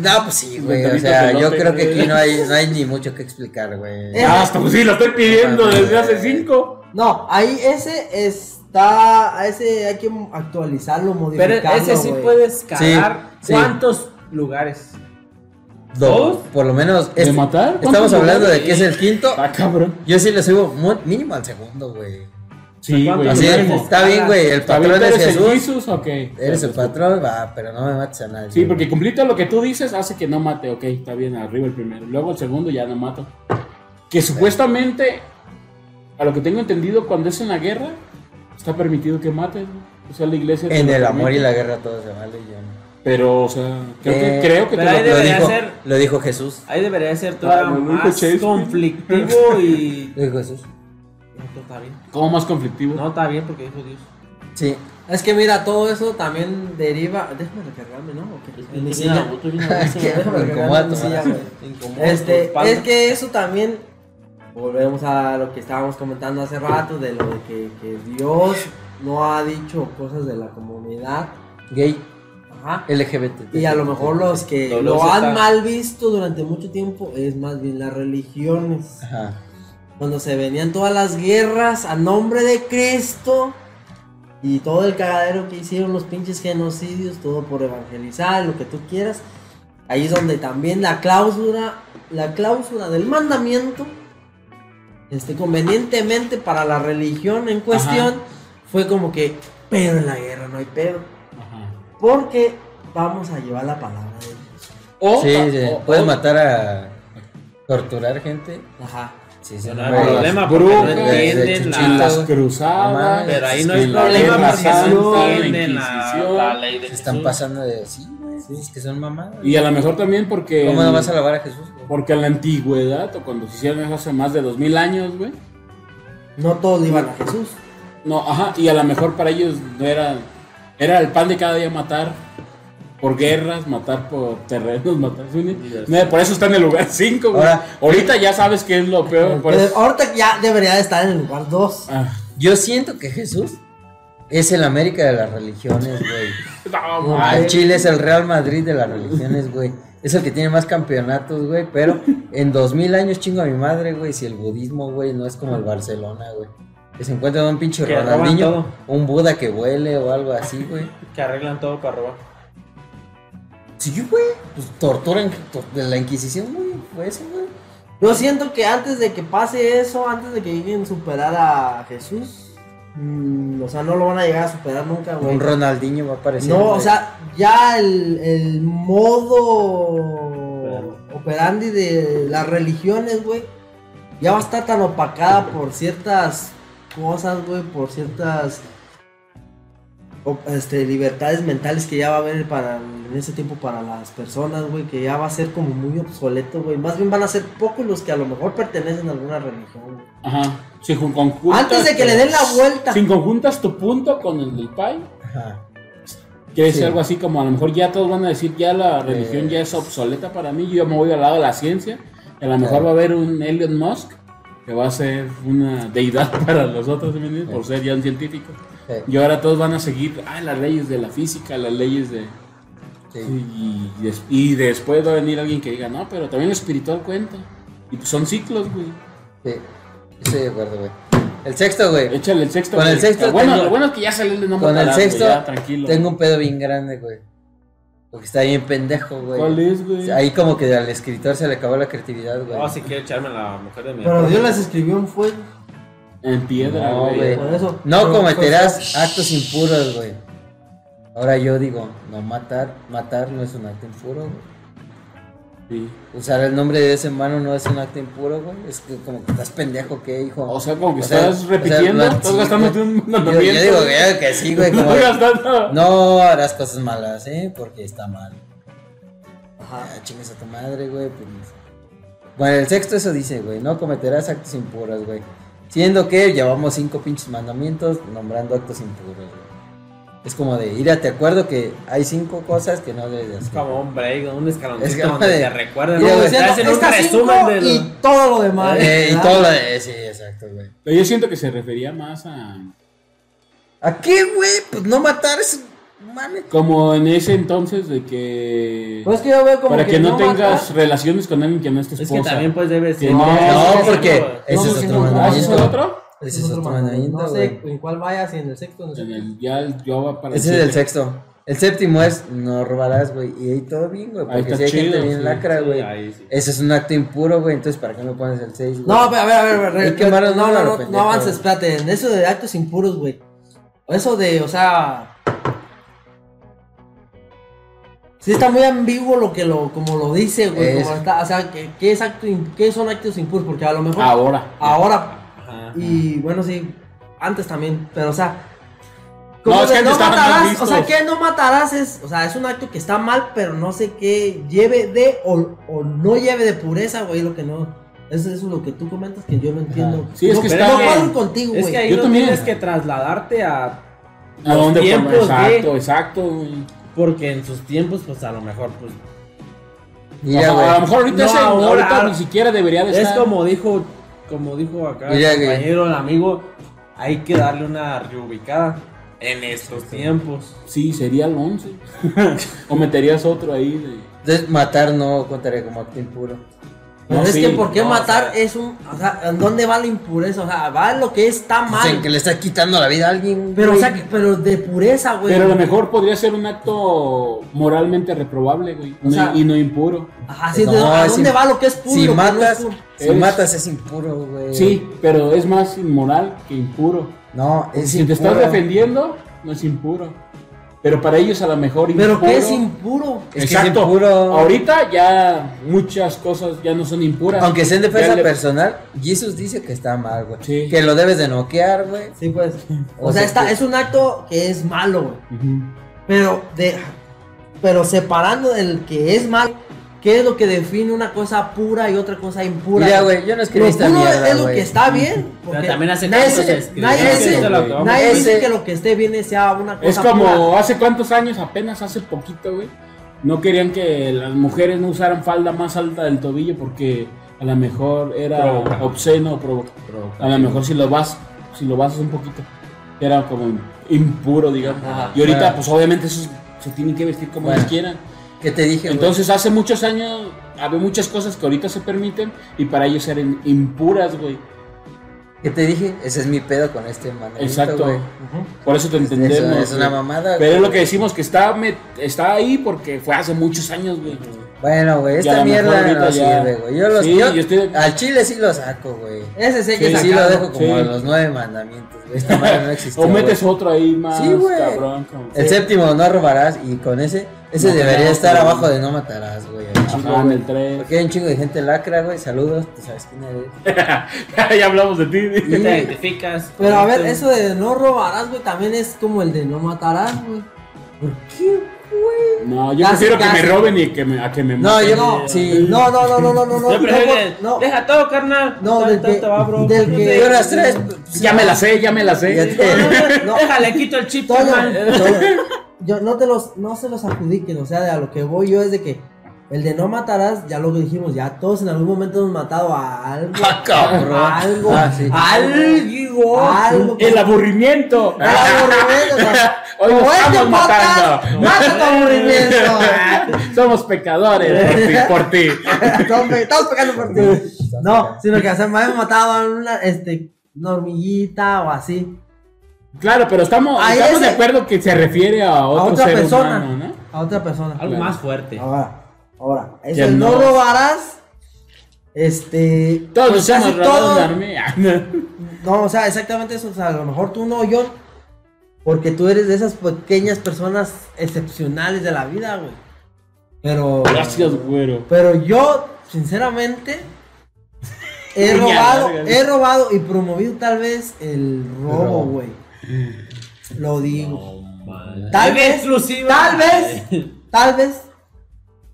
S1: No, pues sí, güey. O
S3: Mentalitos
S1: sea,
S3: de
S1: yo
S3: lote,
S1: creo que
S3: güey.
S1: aquí no hay, no hay ni mucho que explicar, güey.
S2: Eh,
S3: Ah, hasta pues sí, lo estoy
S1: Ah,
S3: pidiendo desde hace cinco.
S2: No, ahí ese está. A ese hay que actualizarlo,
S7: Pero
S2: modificarlo.
S7: ese sí
S2: güey.
S7: puedes cagar.
S1: sí.
S7: ¿Cuántos lugares?
S1: Dos. Por lo menos. este,
S3: ¿De matar?
S1: Estamos
S3: ¿Cuántos
S1: hablando de
S3: lugares?
S1: que es el quinto.
S3: Está cabrón.
S1: Yo sí le subo mu- mínimo al segundo, güey.
S3: Sí, güey.
S1: Así es,
S3: mínimo.
S1: está bien, güey. El
S3: ¿Está bien
S1: patrón
S3: que
S1: es
S3: eres el
S1: Jesús.
S3: Jesús o qué?
S1: Eres el patrón, va, pero no me mates a nadie.
S3: Sí, porque cumplir todo lo que tú dices hace que no mate. Ok, está bien, arriba el primero. Luego el segundo ya no mato. Que supuestamente, a lo que tengo entendido, cuando es en la guerra, está permitido que mates. ¿no? O sea, la iglesia. te
S1: En
S3: lo
S1: el
S3: permite.
S1: amor y la guerra todo se vale. Yo no.
S3: Pero, o sea, creo que,
S1: Eh,
S3: creo que te
S4: pero
S3: lo-
S4: ahí
S1: lo,
S4: debería
S1: dijo,
S4: ser-
S1: lo dijo Jesús.
S4: Ahí debería ser
S3: Ah,
S4: todavía
S3: me dijo
S4: más
S3: Shakespeare.
S4: conflictivo y.
S1: Lo dijo Jesús.
S4: No, no está bien.
S3: como más conflictivo.
S4: No está bien porque dijo Dios.
S1: Sí.
S2: Es que mira, todo eso también deriva. Déjame recargarme, ¿no? ¿O qué? En mi silla. Déjame
S1: Me
S2: recargarme
S1: incomoda
S2: en mi
S1: tomar
S2: silla,
S1: así.
S2: güey. Este, es que eso también volvemos a lo que estábamos comentando hace rato de lo de que, que Dios no ha dicho cosas de la comunidad.
S1: Gay,
S2: Ajá.
S1: LGBT.
S2: Y a lo mejor los que
S4: Dolor
S2: lo
S4: se
S2: han
S4: está-
S2: mal visto durante mucho tiempo es más bien las religiones.
S1: Ajá.
S2: Cuando se venían todas las guerras a nombre de Cristo y todo el cagadero que hicieron los pinches genocidios, todo por evangelizar, lo que tú quieras. Ahí es donde también la cláusula, la cláusula del mandamiento, este, convenientemente para la religión en cuestión, fue como que, pero en la guerra no hay pedo,
S3: Ajá.
S2: porque vamos a llevar la palabra de Dios.
S3: O,
S1: Sí,
S3: o-
S1: sí,
S3: o-
S1: puedes matar a. torturar gente.
S2: Ajá.
S1: Sí, sí.
S4: No,
S1: no
S4: no hay
S1: puedes.
S4: problema porque
S3: brujas,
S4: no entienden
S1: de
S3: en
S1: chuchitos.
S4: la.
S3: las cruzadas.
S1: Mamá,
S4: Pero ahí no
S3: en
S4: hay
S3: la
S4: problema
S3: Guerra
S4: porque no
S3: Santa, la
S4: entienden la,
S3: Inquisición.
S4: la ley de
S1: Se están
S4: Jesús.
S1: pasando de. Sí, güey. Es que son mamadas.
S3: Y a lo mejor también porque.
S1: ¿Cómo no vas a alabar a Jesús? güey?
S3: Porque en la antigüedad, o cuando se hicieron eso hace más de dos mil años, güey.
S2: No todos le iban a Jesús.
S3: No, ajá, y a lo mejor para ellos no era. Era el pan de cada día matar por guerras, matar por terrenos, matar. ¿sí? No, por eso está en el lugar 5, güey.
S1: Ahora- Eh,
S3: Ahorita ya sabes que es lo peor. Por
S2: Pero
S3: eso.
S2: Eh, ahorita ya debería de estar en el lugar 2.
S3: Ah,
S1: Yo siento que Jesús es el América de las religiones, güey.
S3: no,
S1: No,
S3: ma-
S1: el Chile es el Real Madrid de las religiones, güey. Es el que tiene más campeonatos, güey. Pero en 2000 años chingo a mi madre, güey. Si el budismo, güey, no es como el Barcelona, güey. Que se encuentra un pinche
S4: Que roban todo.
S1: Ronaldinho, un Buda que huele o algo así, güey.
S4: Que arreglan todo para robar.
S1: Sí, güey. Pues tortura en- tor- de la Inquisición, güey. Fue eso, güey.
S2: Yo siento que antes de que pase eso, antes de que lleguen a superar a Jesús, mm, o sea, no lo van a llegar a superar nunca, güey.
S1: Un Ronaldinho va a aparecer.
S2: No, o
S1: güey.
S2: sea, ya el, el modo operandi de las religiones, güey, ya va a estar tan opacada por ciertas cosas, güey, por ciertas o- este, libertades mentales que ya va a haber para, en ese tiempo para las personas, güey, que ya va a ser como muy obsoleto, güey. Más bien van a ser pocos los que a lo mejor pertenecen a alguna religión, güey.
S3: Ajá. Si jun- conjuntas-
S2: Antes de que le den la vuelta.
S3: Si conjuntas tu punto con el del Pai,
S1: Ajá.
S3: quiere
S1: Sí.
S3: decir algo así como a lo mejor ya todos van a decir, ya la religión ya es obsoleta para mí, yo me voy al lado de la ciencia, a lo mejor va a haber un Elon Musk que va a ser una deidad para los otros, ¿sí me entiendes? por ser ya un científico.
S1: Sí,
S3: Y ahora todos van a seguir, ah, las leyes de la física, las leyes de...
S1: sí.
S3: Y, y des- y después va a venir alguien que diga, no, pero también lo espiritual cuenta. Y pues son ciclos, güey.
S1: Sí, estoy de acuerdo, güey. El sexto, güey.
S3: Échale el sexto.
S1: Con el
S3: güey. Ah,
S1: sexto
S3: Bueno,
S1: tengo-
S3: lo bueno es que ya salió el nombre.
S1: Con el
S3: tarado, güey,
S1: sexto
S3: ya, tranquilo.
S1: Tengo un pedo bien grande, güey. Porque está bien pendejo, güey.
S3: ¿Cuál es, güey?
S1: Ahí como que al escritor se le acabó la creatividad, güey.
S3: Ah,
S4: Oh, si quiero echarme a la mujer de mi
S2: Pero Dios las escribió en fuego,
S3: En piedra,
S1: No,
S3: güey.
S1: güey.
S2: por eso.
S1: No
S2: Pero-
S1: cometerás actos impuros, güey. Ahora yo digo, no matar, matar no es un acto impuro, güey.
S3: Sí.
S1: Usar el nombre de ese hermano no es un acto impuro, güey. Es que como que estás pendejo, ¿qué, hijo?
S3: O sea, como que
S1: O sea,
S3: estás
S1: o sea,
S3: repitiendo,
S1: no-
S3: estás
S1: sí,
S3: gastándote
S1: güey.
S3: un
S1: yo,
S3: mandamiento.
S1: yo digo que, que sí, güey. como-
S3: Estás gastando.
S1: no harás cosas malas, ¿eh? Porque está mal.
S2: Ajá.
S1: Ah, chingas a tu madre, güey. Pues. Bueno, el sexto eso dice, güey, no cometerás actos impuros, güey. Siendo que llevamos cinco pinches mandamientos nombrando actos impuros, güey. Es como de, ir a te acuerdo que hay cinco cosas que no debes de
S7: Es
S1: hacer.
S7: como un break, un escaloncito
S1: Es que,
S7: donde
S1: madre,
S7: te recuerdan.
S1: y
S7: ¿no?
S1: luego
S7: Te
S1: diciendo,
S7: hacen un
S2: Estas cinco
S7: resumen de
S2: y
S7: lo-
S2: todo lo demás.
S1: Eh, y
S2: ¿verdad?
S1: todo lo de- Sí, exacto, güey.
S3: Pero yo siento que se refería más a.
S1: ¿A qué, güey? Pues no matar es... Mames.
S3: Como en ese entonces de que.
S2: Pues es que yo veo como
S3: para que,
S2: que
S3: no,
S2: no
S3: tengas
S2: matar.
S3: relaciones con alguien que no es tu
S7: Es
S3: esposa.
S7: que también pues debes.
S3: Que no,
S1: No,
S7: sí, sí,
S1: porque
S7: güey.
S1: ese
S2: No,
S1: es
S2: sí,
S1: otro
S2: no,
S3: Ah, ¿ese es el
S1: mandamiento.
S3: otro?
S1: Ese es otro
S2: No
S1: mandamiento,
S2: sé
S1: güey.
S2: en cuál vaya, si en el sexto o en el
S3: En
S2: séptimo.
S3: el- ya, el- ya va para
S1: Ese es el
S3: siete.
S1: sexto. El séptimo es no robarás, güey. Y ahí todo bien, güey.
S3: Ahí
S1: Porque
S3: está
S1: si hay gente
S3: chido,
S1: bien
S3: sí,
S1: lacra,
S7: sí,
S1: güey.
S7: ahí sí.
S1: Ese es un acto impuro, güey. Entonces, ¿para qué me pones el 6, güey?
S2: No, pero a ver, a ver, a ver,
S1: Hay que amarlo,
S2: no,
S1: no,
S2: no,
S1: lo
S2: no, no,
S1: pendejo.
S2: avances, espérate. En eso de actos impuros, güey. Eso de, o sea. Sí está muy ambiguo lo que lo, como lo dice, güey.
S1: Es-
S2: como está- O sea, que- ¿qué, es acto, im- qué son actos impuros? Porque a lo mejor
S3: Ahora.
S2: ahora,
S7: Ajá.
S2: y bueno, sí, antes también, pero o sea.
S3: No,
S2: Como
S3: es
S2: de
S3: que
S2: no,
S3: antes estaban mal
S2: matarás, o sea,
S3: vistos.
S2: que no matarás es, o sea, es un acto que está mal, pero no sé qué lleve de o, o no lleve de pureza, güey, lo que no. Eso es lo que tú comentas que yo no entiendo.
S3: Sí, es
S2: no,
S3: que
S2: pero
S3: está
S2: no
S3: bien.
S2: cuadro contigo,
S7: Es
S2: güey.
S7: que ahí
S3: Yo
S7: no
S3: también.
S7: tienes que trasladarte a.
S3: ¿A
S7: los
S3: dónde fue?
S7: tiempos
S3: Exacto,
S7: de-
S3: exacto, güey.
S7: Porque en sus tiempos, pues a lo mejor, pues.
S1: Mira,
S3: O sea, a lo
S1: güey.
S3: mejor ahorita,
S7: No,
S3: ese-
S7: ahora-
S3: ahorita
S2: ah,
S3: ni siquiera debería de
S2: Pues,
S7: Es
S3: estar.
S7: como dijo, como dijo acá
S3: Pues
S1: Mira
S7: el
S1: que-
S7: compañero, el amigo, hay que darle una reubicada en estos
S2: Este.
S7: tiempos.
S3: Sí, sería el 11. o meterías otro ahí de.
S1: Entonces, matar no contaría como acto impuro.
S2: Pero
S3: No,
S2: es
S3: sí,
S2: que por qué
S7: no,
S2: matar
S7: o sea-
S2: es un, o sea, ¿en dónde va la impureza? O sea, va en lo que está
S1: Dicen
S2: mal.
S1: que le está quitando la vida a alguien.
S2: Pero o
S1: güey.
S2: sea, que- pero de pureza, Pues, güey.
S3: Pero a lo mejor podría ser un acto moralmente reprobable, güey.
S2: O sea-
S3: no- y no impuro.
S2: Ajá, sí,
S1: No,
S2: de- ¿a
S1: es
S2: dónde
S1: im-
S2: va lo que es puro?
S1: si
S2: lo que no es
S1: matas,
S2: puro?
S1: si
S3: Eres-
S1: matas es impuro, güey.
S3: Sí, pero es más inmoral que impuro.
S1: No, es
S3: si te
S1: impuro.
S3: estás defendiendo, no es impuro. Pero para ellos a lo mejor
S2: Pero
S3: impuro-
S2: que es impuro.
S1: Es que es
S3: Exacto.
S1: impuro.
S3: Ahorita ya muchas cosas ya no son impuras.
S1: Aunque sea en defensa
S3: Ya le-
S1: personal, Jesus dice que está mal, güey.
S3: Sí.
S1: Que lo debes de noquear, güey.
S2: Sí, pues. O
S1: O
S2: sea,
S1: sea,
S2: está,
S1: que-
S2: es un acto que es malo, güey.
S3: Ujú.
S2: Pero de pero separando del que es malo, ¿qué es lo que define una cosa pura y otra cosa impura?
S1: Mira, güey, yo no escribí
S2: Lo
S1: esta
S2: puro
S1: mierda,
S2: es lo
S1: güey.
S2: que está bien.
S7: Pero
S2: porque
S7: también hace
S2: nadie,
S7: tanto
S2: se-
S7: se escribió,
S2: nadie
S7: ¿no?
S1: dice-
S7: Eso es lo que vamos-
S2: nadie
S1: Ese-
S2: dice que lo que esté bien sea una cosa
S3: Es como
S2: pura.
S3: hace cuántos años, apenas hace poquito, güey. No querían que las mujeres no usaran falda más alta del tobillo porque a lo mejor era
S7: Provoca.
S3: obsceno o provo- A lo mejor si lo vas, si lo vas un poquito, era como impuro, digamos.
S1: Ajá.
S3: y ahorita,
S1: Claro.
S3: pues obviamente eso se tienen que vestir como
S1: Bueno.
S3: ellos quieran.
S1: ¿Qué te dije, güey?
S3: Entonces hace muchos años había muchas cosas que ahorita se permiten y para ellos eran impuras, güey.
S1: ¿Qué te dije? Ese es mi pedo con este mandamiento,
S3: Exacto.
S1: güey.
S3: Por eso te
S1: Es-
S3: entendemos.
S1: eso es una
S3: güey.
S1: mamada,
S3: Pero es
S1: güey.
S3: lo que decimos que está, met- está ahí porque fue hace muchos años, güey.
S1: Bueno, güey,
S3: Y a
S1: esta
S3: lo mejor
S1: mierda
S3: ahorita
S1: no
S3: ya-
S1: sirve, güey. Yo los
S3: Sí,
S1: yo-
S3: yo estoy-
S1: al chile sí lo saco, güey.
S2: Ese sí hay
S1: Sí,
S2: que
S1: sí lo
S2: sacarlo.
S1: dejo como
S3: Sí.
S1: los nueve mandamientos, güey. Esta madre no existió.
S3: O metes
S1: güey.
S3: otro ahí más,
S1: Sí, güey.
S3: cabrón. como-
S1: El séptimo, no robarás. Y con ese, ese
S3: No,
S1: debería
S3: no,
S1: estar
S3: no.
S1: abajo de no matarás, güey. al
S3: Ajá,
S1: chile,
S3: en
S1: güey.
S3: el tres.
S1: Porque hay un chingo de gente lacra, güey. Saludos, tú sabes quién eres.
S3: ya hablamos de ti.
S7: Te
S1: Y-
S7: identificas.
S2: Pero a ver, eso de no robarás, güey, también es como el de no matarás, güey. ¿Por qué?
S3: No, yo
S2: Casi,
S3: prefiero que
S2: casi.
S3: me roben y que me, a que me
S1: No,
S3: maten.
S1: yo
S2: No,
S1: sí.
S2: no, no, no, no, no, no, no.
S7: Yo prefiero que-
S2: no,
S7: Deja todo, carnal.
S2: No,
S7: Tan-
S2: del que-
S7: tanto va, bro.
S2: del
S7: No
S2: que-
S7: sé.
S1: Yo las tres.
S3: Ya me la sé, ya me la sé.
S7: No,
S1: Ya te-
S7: no,
S2: No.
S7: no, Déjale, quito el chip,
S2: Toño,
S7: carnal.
S2: Toño, eh, yo no te los, no se los adjudiquen, o sea, de a lo que voy yo es de que el de no matarás, ya lo dijimos, ya todos en algún momento hemos matado a algo,
S1: Ah, cabrón.
S2: a algo,
S1: Ah, sí.
S7: Algo.
S2: algo.
S3: El aburrimiento.
S2: Al aburrimiento, o sea,
S3: Hoy
S2: como
S3: nos
S2: este
S3: estamos
S2: podcast,
S3: matando.
S2: Mata tu aburrimiento.
S3: Somos pecadores por ti, por ti.
S2: Estamos pe- estamos pegando por ti. No, sino que o sea, me habían matado a una, este, una hormiguita o así,
S3: Claro, pero estamos,
S2: Ahí
S3: estamos
S2: ese-
S3: de acuerdo que se refiere a otro
S2: a otra
S3: ser
S2: persona,
S3: humano, ¿no?
S2: a otra persona.
S7: Algo más fuerte.
S2: Ahora, ahora, es
S3: Ya
S2: el no
S3: no.
S2: robarás. Este.
S3: Todos
S2: pues
S3: somos
S2: casi
S3: robados
S2: todos-
S3: de armea.
S2: No, o sea, exactamente eso. O sea, a lo mejor tú no, yo. Porque tú eres de esas pequeñas personas excepcionales de la vida, güey. Pero.
S3: Gracias, güero.
S2: Pero yo, sinceramente. He
S3: Ya,
S2: robado,
S3: verga.
S2: he robado y promovido tal vez el robo,
S1: robo.
S2: güey. Lo digo.
S7: No, man.
S2: Tal
S7: Es
S2: vez-
S7: exclusiva.
S2: Tal vez, tal vez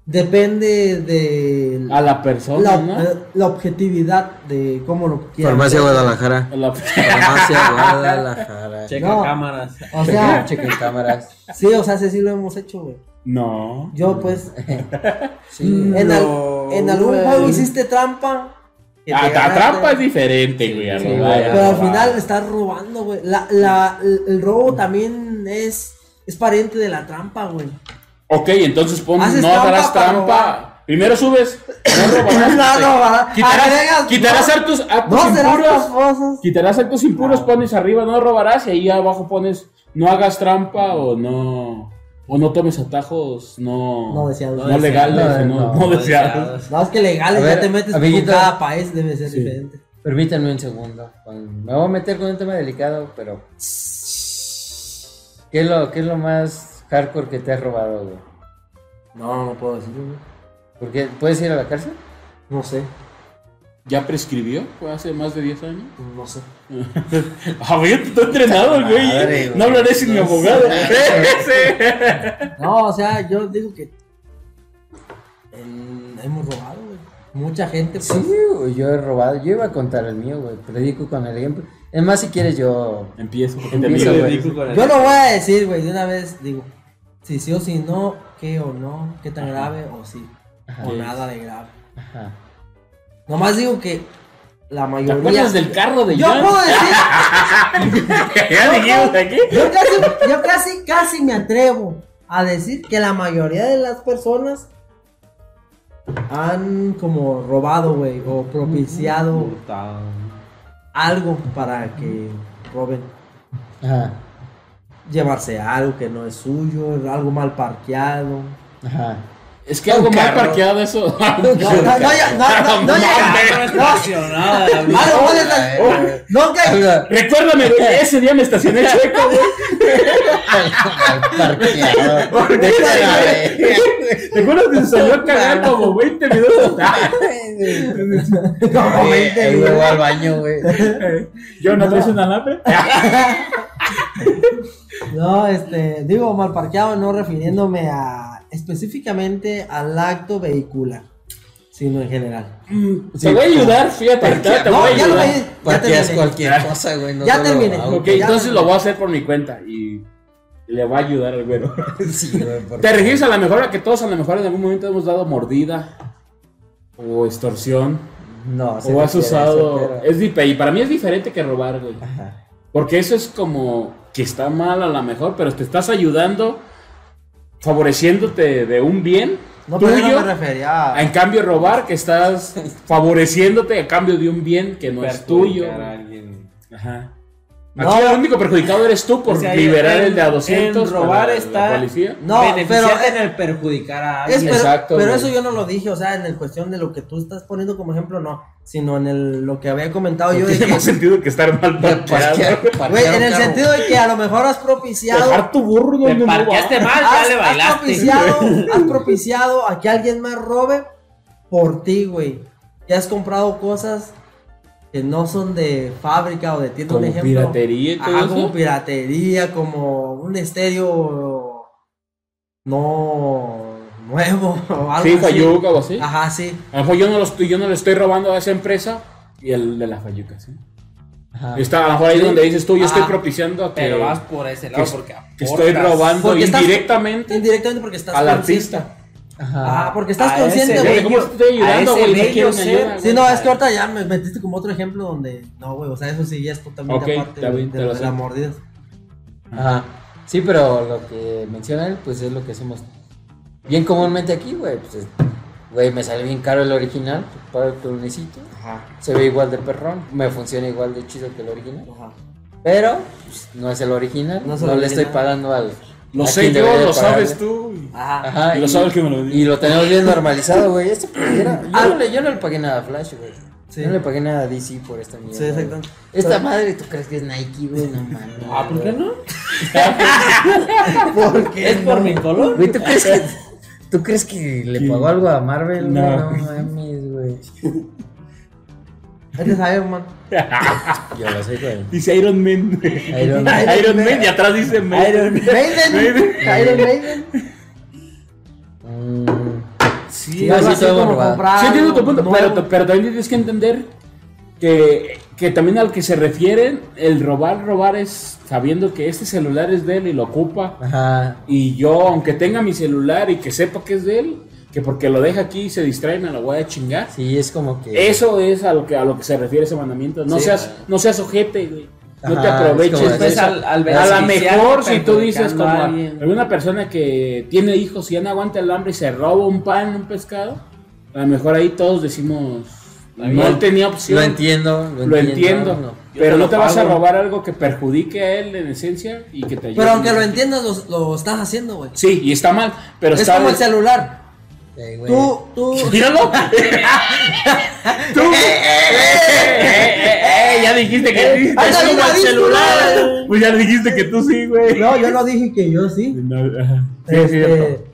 S2: depende de
S3: A la
S2: la,
S3: persona, ¿no?
S2: la objetividad de cómo lo quieran.
S1: Farmacia Guadalajara.
S3: A la persona.
S1: Farmacia Guadalajara.
S4: Checa
S2: No.
S4: cámaras.
S2: O sea,
S1: Chequen cámaras.
S2: sí, o sea, sí, sí lo hemos hecho, güey.
S3: No.
S2: Yo, pues,
S1: Mm.
S3: Mm.
S1: Sí.
S2: en, al-
S4: No,
S2: en algún
S4: güey.
S2: juego hiciste trampa. que te
S3: Ah, la
S2: ganaste,
S3: trampa es diferente, güey. a
S1: sí,
S3: robar,
S1: güey,
S3: a
S2: Pero al
S3: robar.
S2: final estás robando, güey. La, la, el el robo también es, es pariente de la trampa, güey.
S3: Ok, entonces pon,
S2: Haces
S3: no
S2: trampa
S3: harás
S2: para
S3: trampa. Primero subes, no robarás.
S2: No, no, va.
S3: Quitarás,
S2: Agregas,
S3: quitarás
S2: no,
S3: actos, actos
S2: No serán
S3: impuros.
S2: tramposos.
S3: Quitarás actos impuros, pones arriba, no robarás. Y ahí abajo pones, no hagas trampa o no. O no tomes atajos, no.
S2: No deseados.
S3: No,
S2: No
S3: legales,
S1: deseados,
S3: no,
S1: no,
S3: no
S1: no
S3: deseados.
S2: No, es que legales,
S1: A ver,
S2: ya te metes
S1: amiguito.
S2: con cada país, debe ser
S3: Sí.
S2: diferente.
S1: Permítanme un segundo. Con- Me voy a meter con un tema delicado, pero. ¿Qué es lo, qué es lo más hardcore que te has robado, güey?
S2: No, no puedo decirlo, güey.
S1: Porque puedes ir a la cárcel.
S2: No sé,
S3: ¿Ya prescribió? ¿Fue hace más de 10 años? Ah,
S2: no sé.
S3: A ver, tú estás entrenado, güey. ¿eh?
S1: Madre, güey.
S3: No hablaré sin mi abogado.
S2: No, o sea, yo digo que el- hemos robado, güey. Mucha gente, pues.
S1: Sí, güey, yo he robado. Yo iba a contar el mío, güey. Predico con el ejemplo. Es más, si quieres, yo.
S3: Empiezo. porque te
S1: Empiezo,
S3: miro.
S1: güey.
S2: Yo no voy a decir, güey, de una vez digo, si sí o si no, qué o no, qué tan grave o sí,
S1: Ajá.
S2: o nada de grave.
S1: Ajá.
S2: Nomás digo que la
S3: ¿Te
S2: mayoría...
S3: acuerdas del carro de
S2: Yo
S3: Jan?
S2: puedo decir,
S3: ¿Ya dijimos aquí?
S2: yo casi, yo casi, casi me atrevo a decir que la mayoría de las personas han como robado, güey, o propiciado algo para que roben.
S1: Ajá.
S2: Llevarse algo que no es suyo, algo mal parqueado.
S1: Ajá.
S3: Es que algo mal parqueado eso.
S2: No, no, no, ya- no, no, no, ya- Ah, no, algo mal estacionado. No, que-
S1: Al
S3: Recuérdame, güey, ese día me estacioné chueco, güey.
S1: parqueador.
S3: ¿Te acuerdas que se salió a cagar como 20 minutos?
S2: como veinte
S1: Ahí
S2: minutos.
S1: voy al baño, güey.
S3: Yo no traes un alambre.
S2: No, este, digo mal parqueado, no refiriéndome a específicamente al acto vehicular, sino en general.
S3: Te voy a ayudar, fíjate. ahorita Te
S2: No,
S3: voy a
S2: ya lo
S3: ayudar.
S2: voy- ya
S1: Parqueas
S2: terminé.
S1: cualquier cosa, güey. no
S2: Ya
S1: solo
S2: terminé.
S1: auto.
S3: Ok, entonces lo voy a hacer por mi cuenta y le voy a ayudar al güero.
S1: Sí, güey, por-
S3: Te refieres a la mejor a que todos a lo mejor en algún momento hemos dado mordida o extorsión
S1: No, se
S3: o has
S1: refiere a eso,
S3: usado.
S1: pero-
S3: Es dif- y para mí es diferente que robar, güey.
S1: Ajá.
S3: Porque eso es como que está mal a lo mejor, pero te estás ayudando, favoreciéndote de un bien
S2: No, pero yo
S3: tuyo.
S2: no me refería a...
S3: en cambio, robar que estás favoreciéndote a cambio de un bien que no es tuyo. Ajá. Aquí
S2: No.
S3: el único perjudicado eres tú por
S4: O sea,
S3: liberar
S4: en-
S3: el de a 200
S4: en robar
S3: para
S4: está-
S3: la policía.
S2: No, pero
S4: en el perjudicar a
S2: es- pero,
S3: Exacto,
S2: pero
S3: güey.
S2: eso yo no lo dije, o sea, en el cuestión de lo que tú estás poniendo como ejemplo, no, sino en el, lo que había comentado yo de
S3: Tiene
S2: que-
S3: más sentido que estar mal
S1: Parquear-
S3: parqueado.
S1: parquear
S2: güey,
S1: un
S2: en el
S1: carro.
S2: sentido de que a lo mejor has propiciado
S3: Dejar tu burro
S4: Te
S3: donde no
S4: parqueaste
S3: va.
S4: mal, Ah, ya
S2: has,
S4: le
S2: has
S4: bailaste.
S2: propiciado, has propiciado a que alguien más robe por ti, güey. Y has comprado cosas que no son de fábrica o de tienda, un
S3: Como
S2: ejemplo.
S3: piratería y todo
S2: Ajá,
S3: eso.
S2: como piratería, como un estéreo no nuevo o algo
S3: Sí,
S2: así.
S3: Fayuca o así.
S2: Ajá, sí.
S3: A lo mejor yo no, lo estoy, yo no le estoy robando a esa empresa y el de la Fayuca, ¿sí?
S1: Ajá.
S3: Está a lo mejor ahí donde dices tú, yo estoy
S2: Ah,
S3: propiciando a que,
S4: Pero vas por ese lado
S3: que-
S4: porque
S3: que estoy
S4: aportas.
S3: robando
S2: Porque estás-
S3: indirectamente
S2: Indirectamente porque estás
S3: al
S2: consciente.
S3: artista.
S1: Ajá.
S2: Ah, porque estás
S4: A
S2: consciente,
S4: ese
S2: güey.
S3: Pero ¿Cómo te estoy ayudando,
S4: A ese
S3: güey? No
S4: bello
S3: quiero mi
S4: ser.
S3: ayuda, güey.
S2: Sí, no, es que ahorita ya me metiste como otro ejemplo donde. No, güey, o sea, eso sí ya es totalmente
S3: Ok,
S2: aparte
S3: está
S2: de,
S3: bien, te
S2: de
S3: lo
S2: las
S3: acepto.
S2: mordidas.
S1: Ajá. Sí, pero lo que menciona él, pues es lo que hacemos bien comúnmente aquí, güey. Pues, es- güey, me sale bien caro el original, pues, para el que lo necesito.
S2: Ajá,
S1: Se ve igual de perrón, me funciona igual de chido que el original.
S2: ajá.
S1: Pero pues, no es el original, no,
S2: No es el
S1: le
S2: original.
S1: estoy pagando al.
S3: Lo
S1: a
S3: sé
S1: quien
S3: yo,
S1: debería de
S3: lo sabes
S1: pagarle.
S3: tú. y-
S2: Ajá.
S1: Ajá,
S3: Y lo sabes que me lo dio.
S1: Y lo tenemos bien normalizado, güey. Este era- yo, no le, yo no le pagué nada a Flash, güey.
S2: Sí.
S1: Yo no le pagué nada a DC por esta mierda.
S2: Sí, exacto.
S1: güey. Esta madre, ¿tú crees que es Nike, güey? No mames.
S4: Ah, ¿por qué
S1: güey.
S4: no?
S1: ¿Por qué
S4: ¿Es por mi color?
S1: Güey, ¿tú crees que, ¿tú crees que le pagó algo a Marvel? güey?
S3: No.
S1: No, mames, güey.
S2: Este es Iron Man.
S1: Yo lo sé, güey.
S3: Dice Iron Man.
S1: Iron Man.
S3: Iron Man y atrás dice Man.
S2: Maiden. Iron Maiden.
S1: Mm, No, sí,
S2: tenerlo así
S1: estamos
S2: como
S1: robados.
S2: comprado.
S3: Sí, entiendo tu punto,
S2: no.
S3: pero, pero también tienes que entender que, que también al que se refieren, el robar, robar es sabiendo que este celular es de él y lo ocupa.
S1: Ajá.
S3: Y yo, aunque tenga mi celular y que sepa que es de él, que porque lo deja aquí y se distrae, me lo voy a chingar.
S1: Sí, es como que.
S3: Eso es a lo que, a lo que se refiere ese mandamiento. No,
S5: Sí,
S3: seas,
S5: claro.
S3: no seas ojete, güey. No te
S1: Ajá, es
S3: aproveches.
S1: como
S3: de
S1: pues,
S5: Después
S3: esa-
S5: al, al
S3: a lo
S5: beneficiar,
S3: mejor si tú dices
S5: perjudicando
S3: como
S5: a
S3: a-
S5: alguien.
S3: alguna persona que tiene hijos y ya no aguanta el hambre y se roba un pan, un pescado, a lo mejor ahí todos decimos, no
S1: bien.
S3: tenía opción.
S1: Lo entiendo. Lo,
S3: Lo entiendo,
S1: no, no.
S5: Yo
S3: pero
S5: te
S3: no
S5: lo
S3: te vas a
S5: pago.
S3: robar algo que perjudique a él en esencia y que te ayude.
S2: Pero aunque lo entiendas, lo, lo estás haciendo, güey.
S3: Sí, y está mal, pero
S2: Es
S3: está
S2: como el celular.
S1: Sí, güey.
S2: Tú, tú.
S3: Míralo. Tú. eh, ya dijiste que sí.
S2: ¡Ándale,
S3: Es como
S2: una
S3: el
S2: disco,
S3: celular. Pues ya dijiste que tú sí, güey.
S2: No, yo no dije que yo sí.
S3: No, ajá. Sí, es cierto.
S2: Este,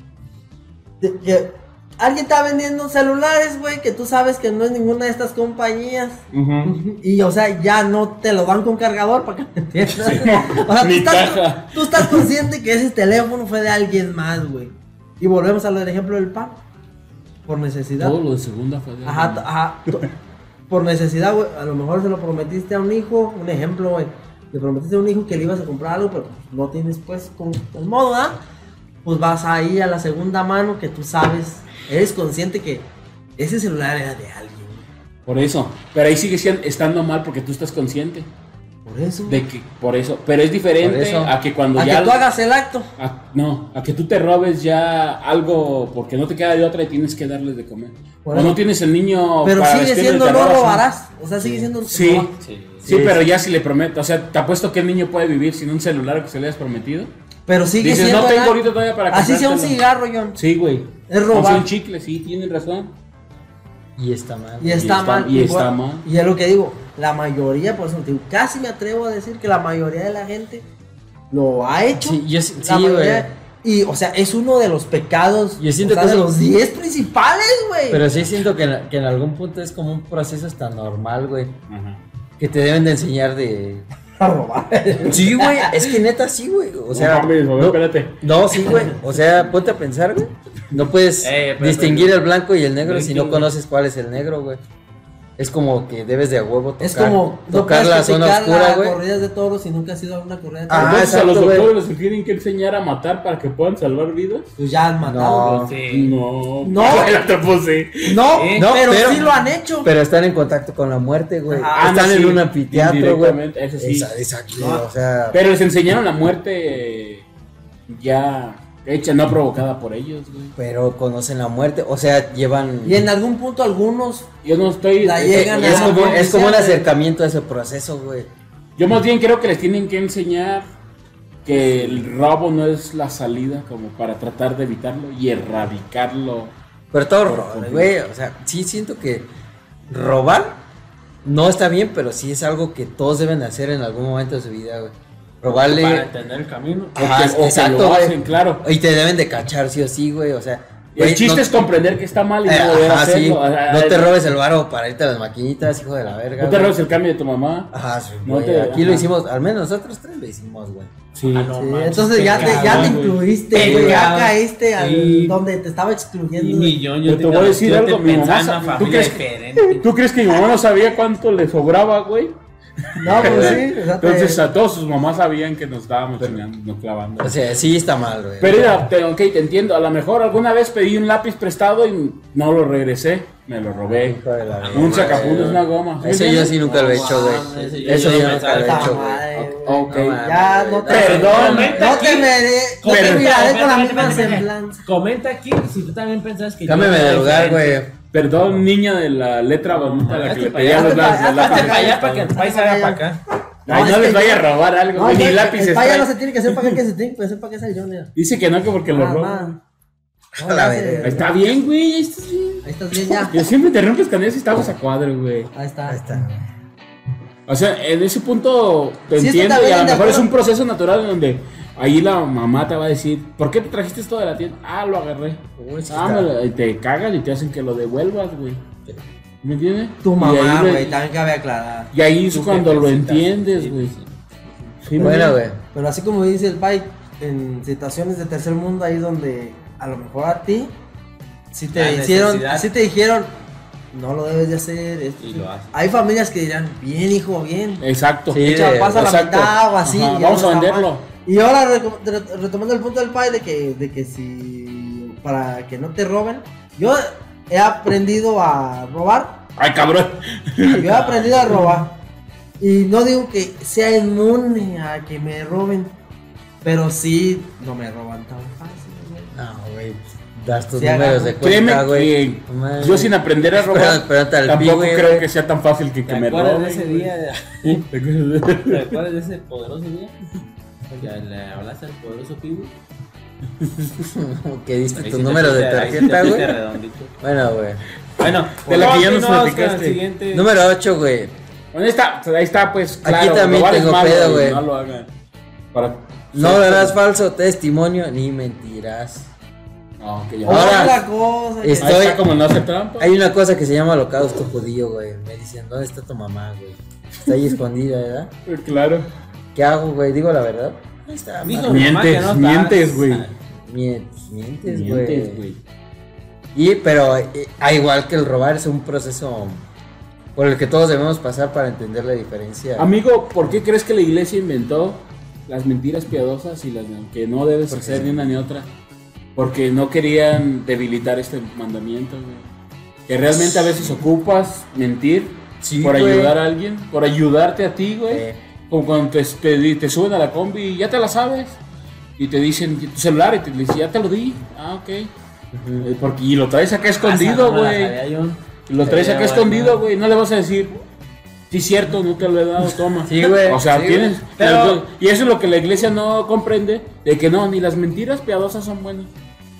S2: de- de- alguien está vendiendo celulares, güey, que tú sabes que no es ninguna de estas compañías. Y, o sea, ya no te lo dan con cargador para que te entiendas. O sea, tú
S3: Ni
S2: estás,
S3: caja.
S2: tú estás consciente que ese teléfono fue de alguien más, güey. Y volvemos al del ejemplo del pan. Por necesidad.
S3: Todo lo de segunda fue de-
S2: Ajá, t- ajá. t- Por necesidad, güey. A lo mejor se lo prometiste a un hijo. Un ejemplo, güey. Le prometiste a un hijo que le ibas a comprar algo, pero no tienes, pues, con, con modo, ¿ah? Pues vas ahí a la segunda mano que tú sabes. Eres consciente que ese celular era de alguien. güey.
S3: Por eso. Pero ahí sigue siendo, estando mal porque tú estás consciente
S2: Por eso.
S3: de que por eso. Pero es diferente
S1: Por eso.
S3: a que cuando
S2: a
S3: ya.
S2: que tú hagas el acto.
S3: a- no, a que tú te robes ya algo porque no te queda de otra y tienes que darles de comer.
S2: Por
S3: o
S2: eso.
S3: no tienes el niño.
S2: Pero
S3: para
S2: sigue
S3: vestirle,
S2: siendo
S3: te
S2: no
S3: robas un-
S2: robarás. O sea, sigue siendo.
S3: Sí.
S2: no-
S5: Sí.
S3: Sí, pero ya si le prometo, o sea, te apuesto que el niño puede vivir sin un celular que se le hayas prometido.
S2: Pero sigue
S3: Dices,
S2: siendo.
S3: no tengo
S2: el acto.
S3: ahorita todavía para
S2: Así sea un
S3: comprártelo.
S2: cigarro, John.
S3: Sí, güey.
S2: Es
S3: O sea,
S2: robar.
S3: un chicle, sí, tienen razón.
S1: Y está mal.
S2: Y está
S3: está-
S2: mal.
S3: y
S2: por-
S3: está mal.
S2: y es lo que digo, la mayoría, por eso te digo, casi me atrevo a decir que la mayoría de la gente lo ha hecho.
S1: Sí, yo,
S2: La
S1: sí,
S2: mayoría-
S1: güey.
S2: Y, o sea, es uno de los pecados.
S1: Yo siento
S2: o sea,
S1: que
S2: de
S1: es-
S2: los 10 principales, güey.
S1: Pero sí siento que en, que en algún punto es como un proceso hasta normal, güey.
S3: Ajá.
S1: Que te deben de enseñar de.
S2: A robar.
S1: Sí, güey. Es que neta, sí, güey. O sea.
S3: No mames, a ver,
S1: no-
S3: espérate.
S1: No, sí, güey. O sea, ponte a pensar, güey. No puedes
S5: Eh, pero-
S1: distinguir el blanco y el negro si no
S5: Blanco.
S1: conoces cuál es el negro, güey. Es como que debes de a huevo tocar,
S2: Es como no
S1: tocar
S2: puedes
S1: la zona
S2: criticar
S1: oscura,
S2: las
S1: güey.
S2: corridas de toros si nunca has ido a una corrida de
S1: Ah,
S2: toros.
S3: Entonces a los
S1: exacto, güey.
S3: doctores los que tienen que enseñar a matar para que puedan salvar vidas.
S2: Pues ya han matado.
S1: No,
S5: Sí.
S3: No.
S2: No.
S3: El otro, pues, sí.
S2: No, no,
S5: Eh,
S1: no,
S2: pero,
S1: pero-
S2: sí lo han hecho.
S1: Pero están en contacto con la muerte, güey.
S3: Ah,
S1: están
S3: no,
S1: en
S3: sí.
S1: un anfiteatro, güey.
S3: Indirectamente, eso sí.
S1: Esa- Exacto, o sea.
S3: Pero les enseñaron la muerte ya hecha, no provocada por ellos, güey.
S1: Pero conocen la muerte, o sea, llevan.
S2: y en algún punto algunos
S3: Yo no estoy.
S2: La
S3: estoy-
S2: llegan
S3: yo
S1: es,
S2: a-
S3: más
S1: como,
S3: bien-
S1: es como un acercamiento a ese proceso, güey.
S3: Yo más bien creo que les tienen que enseñar que el robo no es la salida como para tratar de evitarlo y erradicarlo.
S1: Pero todo robar, güey. O sea, sí siento que robar no está bien, pero sí es algo que todos deben hacer en algún momento de su vida, güey.
S5: Para
S1: Robarle.
S5: entender el camino.
S1: o que-
S3: Ajá, o que
S1: exacto,
S3: lo
S1: güey.
S3: hacen, claro.
S1: Y te deben de cachar, sí o sí, güey. O sea.
S3: el chiste es comprender que está mal y
S1: Eh,
S3: no volver a
S1: ajá, sí.
S3: hacerlo. Ajá,
S1: No te
S3: ajá,
S1: robes el varo para irte a las maquinitas, hijo de la verga.
S3: no te
S1: güey.
S3: robes el cambio de tu mamá.
S1: Ajá, sí,
S3: No
S1: güey,
S3: te-
S1: Aquí
S3: ajá.
S1: lo hicimos, al menos nosotros tres lo hicimos, güey.
S3: Sí.
S5: Ah, no,
S2: Sí,
S5: manches,
S2: eh, entonces ya te, ya te
S5: cabrón, güey.
S2: incluiste, güey, ya
S5: Pecado.
S2: caíste al
S5: Sí.
S2: donde te estaba
S5: Y
S2: excluyendo.
S5: ni yo,
S3: Pero
S5: yo,
S3: te voy a decir
S5: yo te
S3: algo, mi
S5: pensaba
S3: mamá
S5: en
S3: sa-
S5: una
S3: ¿tú
S5: familia
S3: crees que-
S5: diferente.
S3: ¿Tú crees que mi mamá no sabía cuánto le sobraba, güey?
S1: Ah,
S2: No, pues sí, o sea, te-
S3: Entonces a todos sus mamás sabían que nos estábamos chingando, nos clavando.
S1: O sea, sí está mal, güey.
S3: Pero era, te- ok, te entiendo. A lo mejor alguna vez pedí un lápiz prestado y no lo regresé. Me lo robé.
S1: Hijo de la verga,
S3: Un sacapuntas,
S1: güey.
S3: una goma. ¿Sí
S1: Eso
S3: me
S1: yo
S3: entiendes?
S1: sí nunca lo he hecho,
S5: No,
S1: güey.
S5: ese yo-
S1: Eso
S5: yo
S1: yo
S5: no
S1: nunca lo he
S5: pensaba.
S1: hecho, güey. Oh,
S2: Madre, güey.
S3: Ok.
S2: Ya no te
S3: Perdón.
S2: no te miré, no te
S3: Perdón.
S2: miraré con la misma
S5: Comenta,
S2: semblanza.
S5: Comenta aquí si tú también pensabas que. yo
S1: Cámeme
S5: era
S1: de lugar,
S5: diferente.
S1: güey.
S3: Perdón, niña de la letra bonita a la que
S5: hazte
S3: le
S5: pa' allá,
S3: pedían los
S2: hazte pa'
S3: lápices.
S2: allá,
S5: Hazte
S3: lápices.
S5: para allá para que el país haga para acá.
S3: Ay,
S2: No,
S3: no
S2: es
S3: les
S2: que
S3: vaya a
S2: yo-
S3: robar algo,
S2: No,
S3: güey,
S2: no,
S3: ni
S2: el-
S3: lápices.
S2: el paya
S3: trae.
S2: no se tiene que hacer para qué que se tiene que hacer para qué se yo, mira.
S3: Dice que no, que porque lo
S2: Ah,
S3: roban.
S2: man.
S1: A la
S2: ya
S1: verga.
S2: sé.
S3: Está bien, güey. ahí estás bien.
S2: Ahí estás bien ya.
S3: Yo siempre te rompes con eso y estamos a cuadro, güey.
S2: Ahí está.
S1: Ahí está.
S3: O sea, en ese punto te
S2: Sí, estoy
S3: entiendo y
S2: también
S3: a lo
S2: de
S3: mejor es
S2: acuerdo.
S3: un proceso natural en donde ahí la mamá te va a decir, ¿por qué te trajiste esto de la tienda? Ah, lo agarré.
S1: Uy, sí está.
S3: Ah, me lo- y te cagan y te hacen que lo devuelvas, güey. ¿Me entiendes?
S2: Tu
S3: Y ahí
S2: mamá,
S3: lo-
S2: güey, también cabe aclarar.
S3: Y ahí es
S5: Tu
S3: cuando lo
S5: jefecita,
S3: entiendes,
S5: sí,
S3: güey.
S5: sí.
S3: Sí,
S1: Bueno, güey.
S2: Pero así como dice el Pai, en situaciones de tercer mundo ahí donde a lo mejor a ti Si
S5: La
S2: te hicieron,
S5: necesidad.
S2: si te dijeron, no lo debes de hacer. esto,
S5: Y
S2: sí".
S5: lo haces.
S2: Hay familias que dirán, bien, hijo, bien.
S3: Exacto.
S1: Sí,
S2: Echa, pasa la
S3: exacto.
S2: mitad o así.
S3: Ajá,
S2: y ya
S3: vamos
S2: no
S3: a
S2: está
S3: venderlo.
S2: mal. Y ahora reco- re- retomando el punto del padre de que, de que si para que no te roben, yo he aprendido a robar,
S3: Ay, cabrón.
S2: yo he aprendido a robar. Y no digo que sea inmune a que me roben, pero sí no me roban tan fácil. güey.
S1: No, güey. Das tus
S2: Sí,
S1: números
S2: agarro.
S1: de
S3: Créeme
S1: cuenta, güey.
S3: que yo sin aprender a robar,
S1: Espérate, espérate al pi,
S3: tampoco
S1: güey,
S3: creo
S1: güey.
S3: que sea tan fácil que, que
S5: ¿Te
S3: me
S5: acuerdas de
S3: roben.
S5: ese
S3: güey.
S5: día? de-
S3: ¿Te acuerdas de-
S5: ¿Te acuerdas de ese poderoso día? Que le hablaste al poderoso pibu.
S1: que diste
S5: Ahí
S1: tu
S5: sí te
S1: número de
S5: fuiste- ahí sí te
S1: tarjeta,
S5: fuiste
S1: güey.
S5: redondito.
S1: Bueno, güey.
S5: Bueno,
S3: De la que ya nos
S5: continuamos con el
S3: platicaste.
S5: siguiente.
S1: Número 8, güey.
S3: Bueno, ahí está, ahí está, pues.
S1: Aquí
S3: Claro,
S1: también
S3: robar es
S1: tengo
S3: malo,
S1: pedo, güey.
S3: No lo hagan. Para...
S1: No darás falso testimonio ni mentirás.
S3: No, que Ah, ya.
S1: Ahora,
S2: Otra cosa. que-
S1: es-
S3: Ahí
S1: estoy-
S3: está como no hace trampa.
S1: Hay una cosa que se llama holocausto judío, güey. Me dicen, ¿dónde está tu mamá, güey? Está ahí escondida, ¿verdad?
S3: Eh, Claro.
S1: ¿Qué hago, güey? Digo la verdad. Ahí está.
S5: Dijo
S1: madre.
S5: mi mamá que
S3: Mientes,
S5: no estás.
S3: mientes, güey.
S1: Mientes, mientes, güey.
S3: Mientes, güey.
S1: Y, pero, eh, a igual que el robar, es un proceso por el que todos debemos pasar para entender la diferencia.
S3: Amigo, ¿por qué crees que la iglesia inventó las mentiras piadosas y las que no debes
S1: Porque
S3: hacer
S1: sí.
S3: ni una ni otra? Porque no querían debilitar este mandamiento, güey. Que realmente a veces ocupas mentir
S1: Sí,
S3: por
S1: güey.
S3: ayudar a alguien, por ayudarte a ti, güey.
S1: Eh,
S3: Como cuando te, te- te suben a la combi y ya te la sabes. Y te dicen tu celular y te dicen, ya te lo di. Ah, ok.
S1: ujú.
S3: Eh, Porque, y lo traes acá escondido,
S5: Ah, no me la
S3: güey.
S5: sabía yo.
S3: Lo traes acá
S5: Sería bueno.
S3: escondido, güey. No le vas a decir, sí, cierto, no te lo he dado, toma.
S1: Sí, güey.
S3: O sea,
S1: Sí,
S3: tienes.
S1: güey.
S3: Pero- Y eso es lo que la iglesia no comprende: de que no, ni las mentiras piadosas son buenas.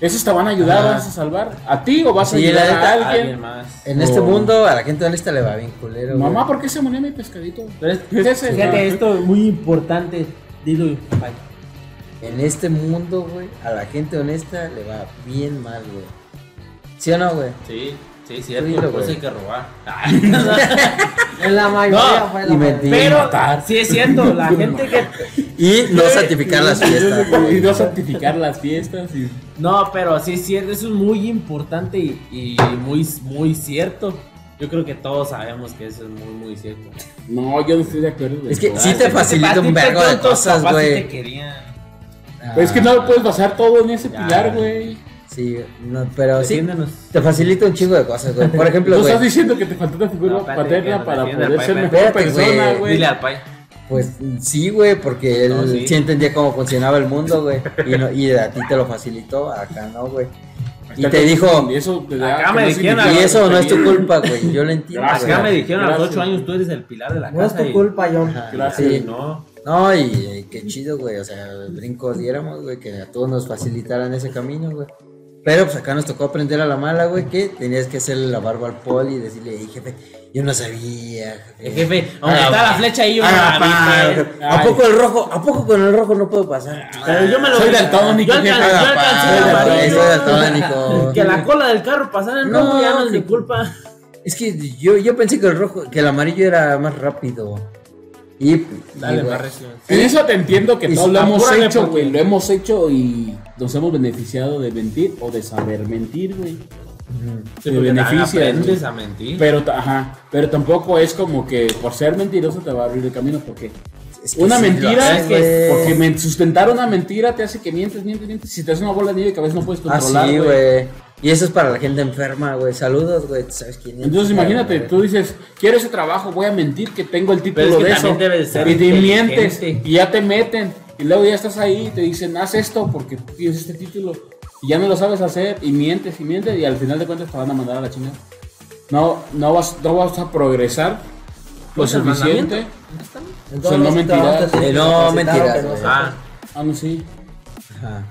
S3: Esas te van a ayudar,
S1: Ajá.
S3: vas a salvar. A ti o vas a
S1: Sí, la
S3: ayudar
S1: neta,
S3: a alguien.
S5: Alguien más.
S1: En este
S3: Oh.
S1: mundo, a la gente honesta le va bien culero, güey.
S3: Mamá, ¿por qué se murió mi pescadito?
S5: Pero es-
S3: ¿Qué es ese?
S5: Fíjate, esto es muy importante. Dilo, papá.
S1: En este mundo, güey, a la gente honesta le va bien mal, güey. ¿Sí o no, güey?
S5: Sí, sí,
S1: Dilo,
S5: cierto. Por eso
S1: güey.
S5: hay que robar.
S2: En la mayoría fue la
S1: y
S2: mayoría.
S1: mentir.
S5: Pero sí es cierto, la gente que
S1: Y no santificar las fiestas.
S3: Y no santificar las fiestas. y-
S5: No, pero sí es cierto, eso es muy importante y, y muy, muy cierto. Yo creo que todos sabemos que eso es muy, muy cierto.
S3: No, yo no estoy de acuerdo. güey.
S1: Es que sí
S5: Ah,
S1: te
S5: es que
S1: facilita
S5: a ti
S1: un
S5: te
S1: vergo de
S5: dieron tus
S1: cosas,
S5: papás y
S1: güey.
S5: te querían.
S1: Ah,
S3: Pero es que no lo puedes basar todo en ese
S5: Ya.
S3: pilar, güey.
S1: Sí, no, pero sí.
S5: Defiéndanos.
S1: Te facilita un chingo de cosas, güey. Por ejemplo,
S3: Tú
S1: güey.
S3: estás diciendo que te faltó una figura
S5: No, espérate, que
S3: paterna
S5: no
S3: para
S5: defienda,
S3: poder ser
S5: espérate,
S3: mejor
S1: espérate,
S3: persona,
S1: güey.
S3: güey.
S5: Dile al pai.
S1: Pues sí, güey, porque él
S5: No,
S1: sí.
S5: sí.
S1: entendía cómo funcionaba el mundo, güey. Y, no- y a ti te lo facilitó, acá no, güey. Y te dijo,
S3: Y eso te da-
S5: Acá
S3: que
S5: me
S3: no
S5: dijeron
S3: significa-
S1: y eso no es tu culpa, güey. Yo lo entiendo.
S3: Gracias.
S5: Acá
S1: güey.
S5: me dijeron a los
S3: Gracias.
S5: ocho años tú eres el pilar de la
S2: No es
S5: casa.
S2: tu
S5: y-
S2: culpa, John.
S1: Ajá,
S3: Gracias.
S1: sí.
S5: No.
S1: No, y, y qué chido, güey. O sea, brincos diéramos, güey, que a todos nos facilitaran ese camino, güey. Pero pues acá nos tocó aprender a la mala, güey, que tenías que hacerle la barba al poli y decirle, "Ey, jefe, yo no sabía.
S5: El Eh, jefe, aunque está la flecha ahí, yo no
S1: Ah,
S5: la vi,
S1: pa, ¿A poco el rojo? ¿A poco con el rojo no puedo pasar?
S5: Pero yo me lo
S3: Soy daltónico,
S5: Yo alcancé,
S3: jefe.
S5: yo alcancé el
S1: Ah, pa,
S5: amarillo.
S1: soy daltónico.
S5: Que la cola del carro pasara en
S1: No,
S5: rojo ya no es
S1: que-
S5: mi culpa.
S1: Es que yo, yo pensé que el rojo, que el amarillo era más rápido. Y pues, y,
S5: Dale,
S1: güey,
S5: más recio.
S3: En eso te entiendo que
S1: Y
S3: todos lo hemos
S5: apúrale
S3: hecho, güey. Lo
S5: porque-
S3: hemos hecho y nos hemos beneficiado de mentir o de saber mentir, güey. Te
S5: porque también
S3: beneficia,
S5: aprendes
S3: güey.
S5: a mentir.
S3: Pero, ta- ajá, pero tampoco es como que por ser mentiroso te va a abrir el camino, porque
S1: es que
S3: una
S1: sí, lo
S3: mentira,
S1: haces,
S5: es que-
S1: güey.
S3: porque men- sustentar una mentira te hace que mientes, mientes, mientes. Si te hace una bola de nieve que a veces no puedes
S1: Ah,
S3: controlar,
S1: sí,
S3: güey.
S1: güey. Y eso es para la gente enferma, güey. Saludos, güey. ¿tú ¿Sabes quién es?
S3: Entonces imagínate, tú dices, quiero ese trabajo, voy a mentir que tengo el título
S5: Pero es que
S3: de
S5: también
S3: eso.
S5: debe de ser
S3: y te mientes
S5: inteligente.
S3: y ya te meten. Y luego ya estás ahí y te dicen, haz esto porque tienes este título. Y ya no lo sabes hacer y mientes y mientes y al final de cuentas te van a mandar a la chingada. No, no, vas, no vas a progresar lo
S5: Pues el
S3: suficiente. O
S5: mandamiento.
S3: sea, no mentirás.
S1: Eh, no mentirás, güey.
S5: Ah,
S3: Ah, no, sí.
S1: Ajá.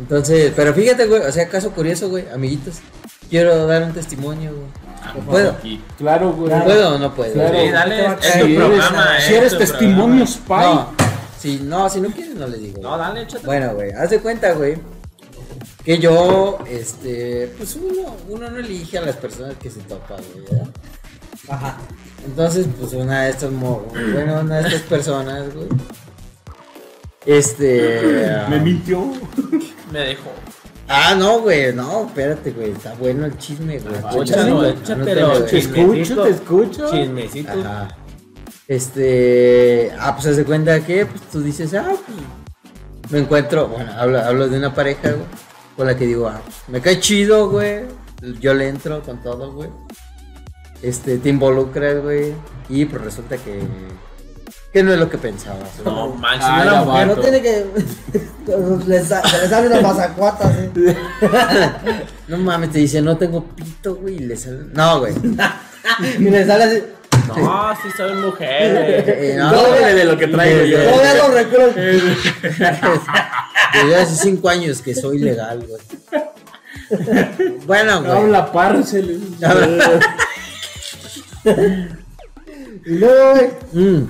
S1: Entonces, pero fíjate, güey. O sea, caso curioso, güey. Amiguitos, quiero dar un testimonio, güey. ¿O ¿Puedo?
S3: Claro, güey.
S1: ¿Puedo o no puedo?
S3: Claro.
S5: sí, dale.
S2: Es
S5: Es
S3: Si
S5: tu
S3: eres-
S5: programa,
S3: si
S5: es
S3: eres
S5: tu
S3: testimonio spy,
S1: No, si no, si no quieres, no les digo.
S5: programa.
S1: güey.
S5: No, dale, échate.
S1: Bueno, güey, haz de cuenta, güey, que yo, este, pues uno, uno no elige a las personas que se topa, güey, ¿verdad?
S2: Ajá.
S1: Entonces, pues una de estas, mo- bueno, una de estas personas, güey, este,
S3: me mintió.
S5: Me dejó.
S1: Ah, no, güey, no, espérate, güey, está bueno el chisme, güey.
S5: Escúchalo,
S1: Escúchalo,
S5: échatelo,
S1: anótalo,
S5: te
S1: güey.
S5: escucho, te
S4: escucho.
S5: Chismecito.
S1: Ajá. Este, ah, pues haz de cuenta que pues, tú dices, ah, pues me encuentro, bueno, hablo, hablo de una pareja, güey, con la que digo, ah, pues, me cae chido, güey, yo le entro con todo, güey. Este, te involucras, güey, y pues resulta que, que no es lo que pensabas, güey.
S5: No manches,
S3: Ah,
S5: no era
S3: ya
S2: Que
S5: mujer.
S2: no
S3: vato.
S2: tiene que. le, sa- se le sale una mazacuata así.
S1: No mames, te dice, no tengo pito, güey, y le sale, no, güey.
S2: Y le sale así.
S5: No, sí soy mujer.
S1: Eh,
S2: No,
S1: güey.
S2: güey,
S3: de lo que traigo
S1: Sí,
S3: yo.
S1: sí,
S2: Todavía lo recuerdo.
S1: Desde hace cinco años que soy legal, güey. Bueno, güey.
S3: Habla parcel.
S2: Y luego, güey,
S1: Mm,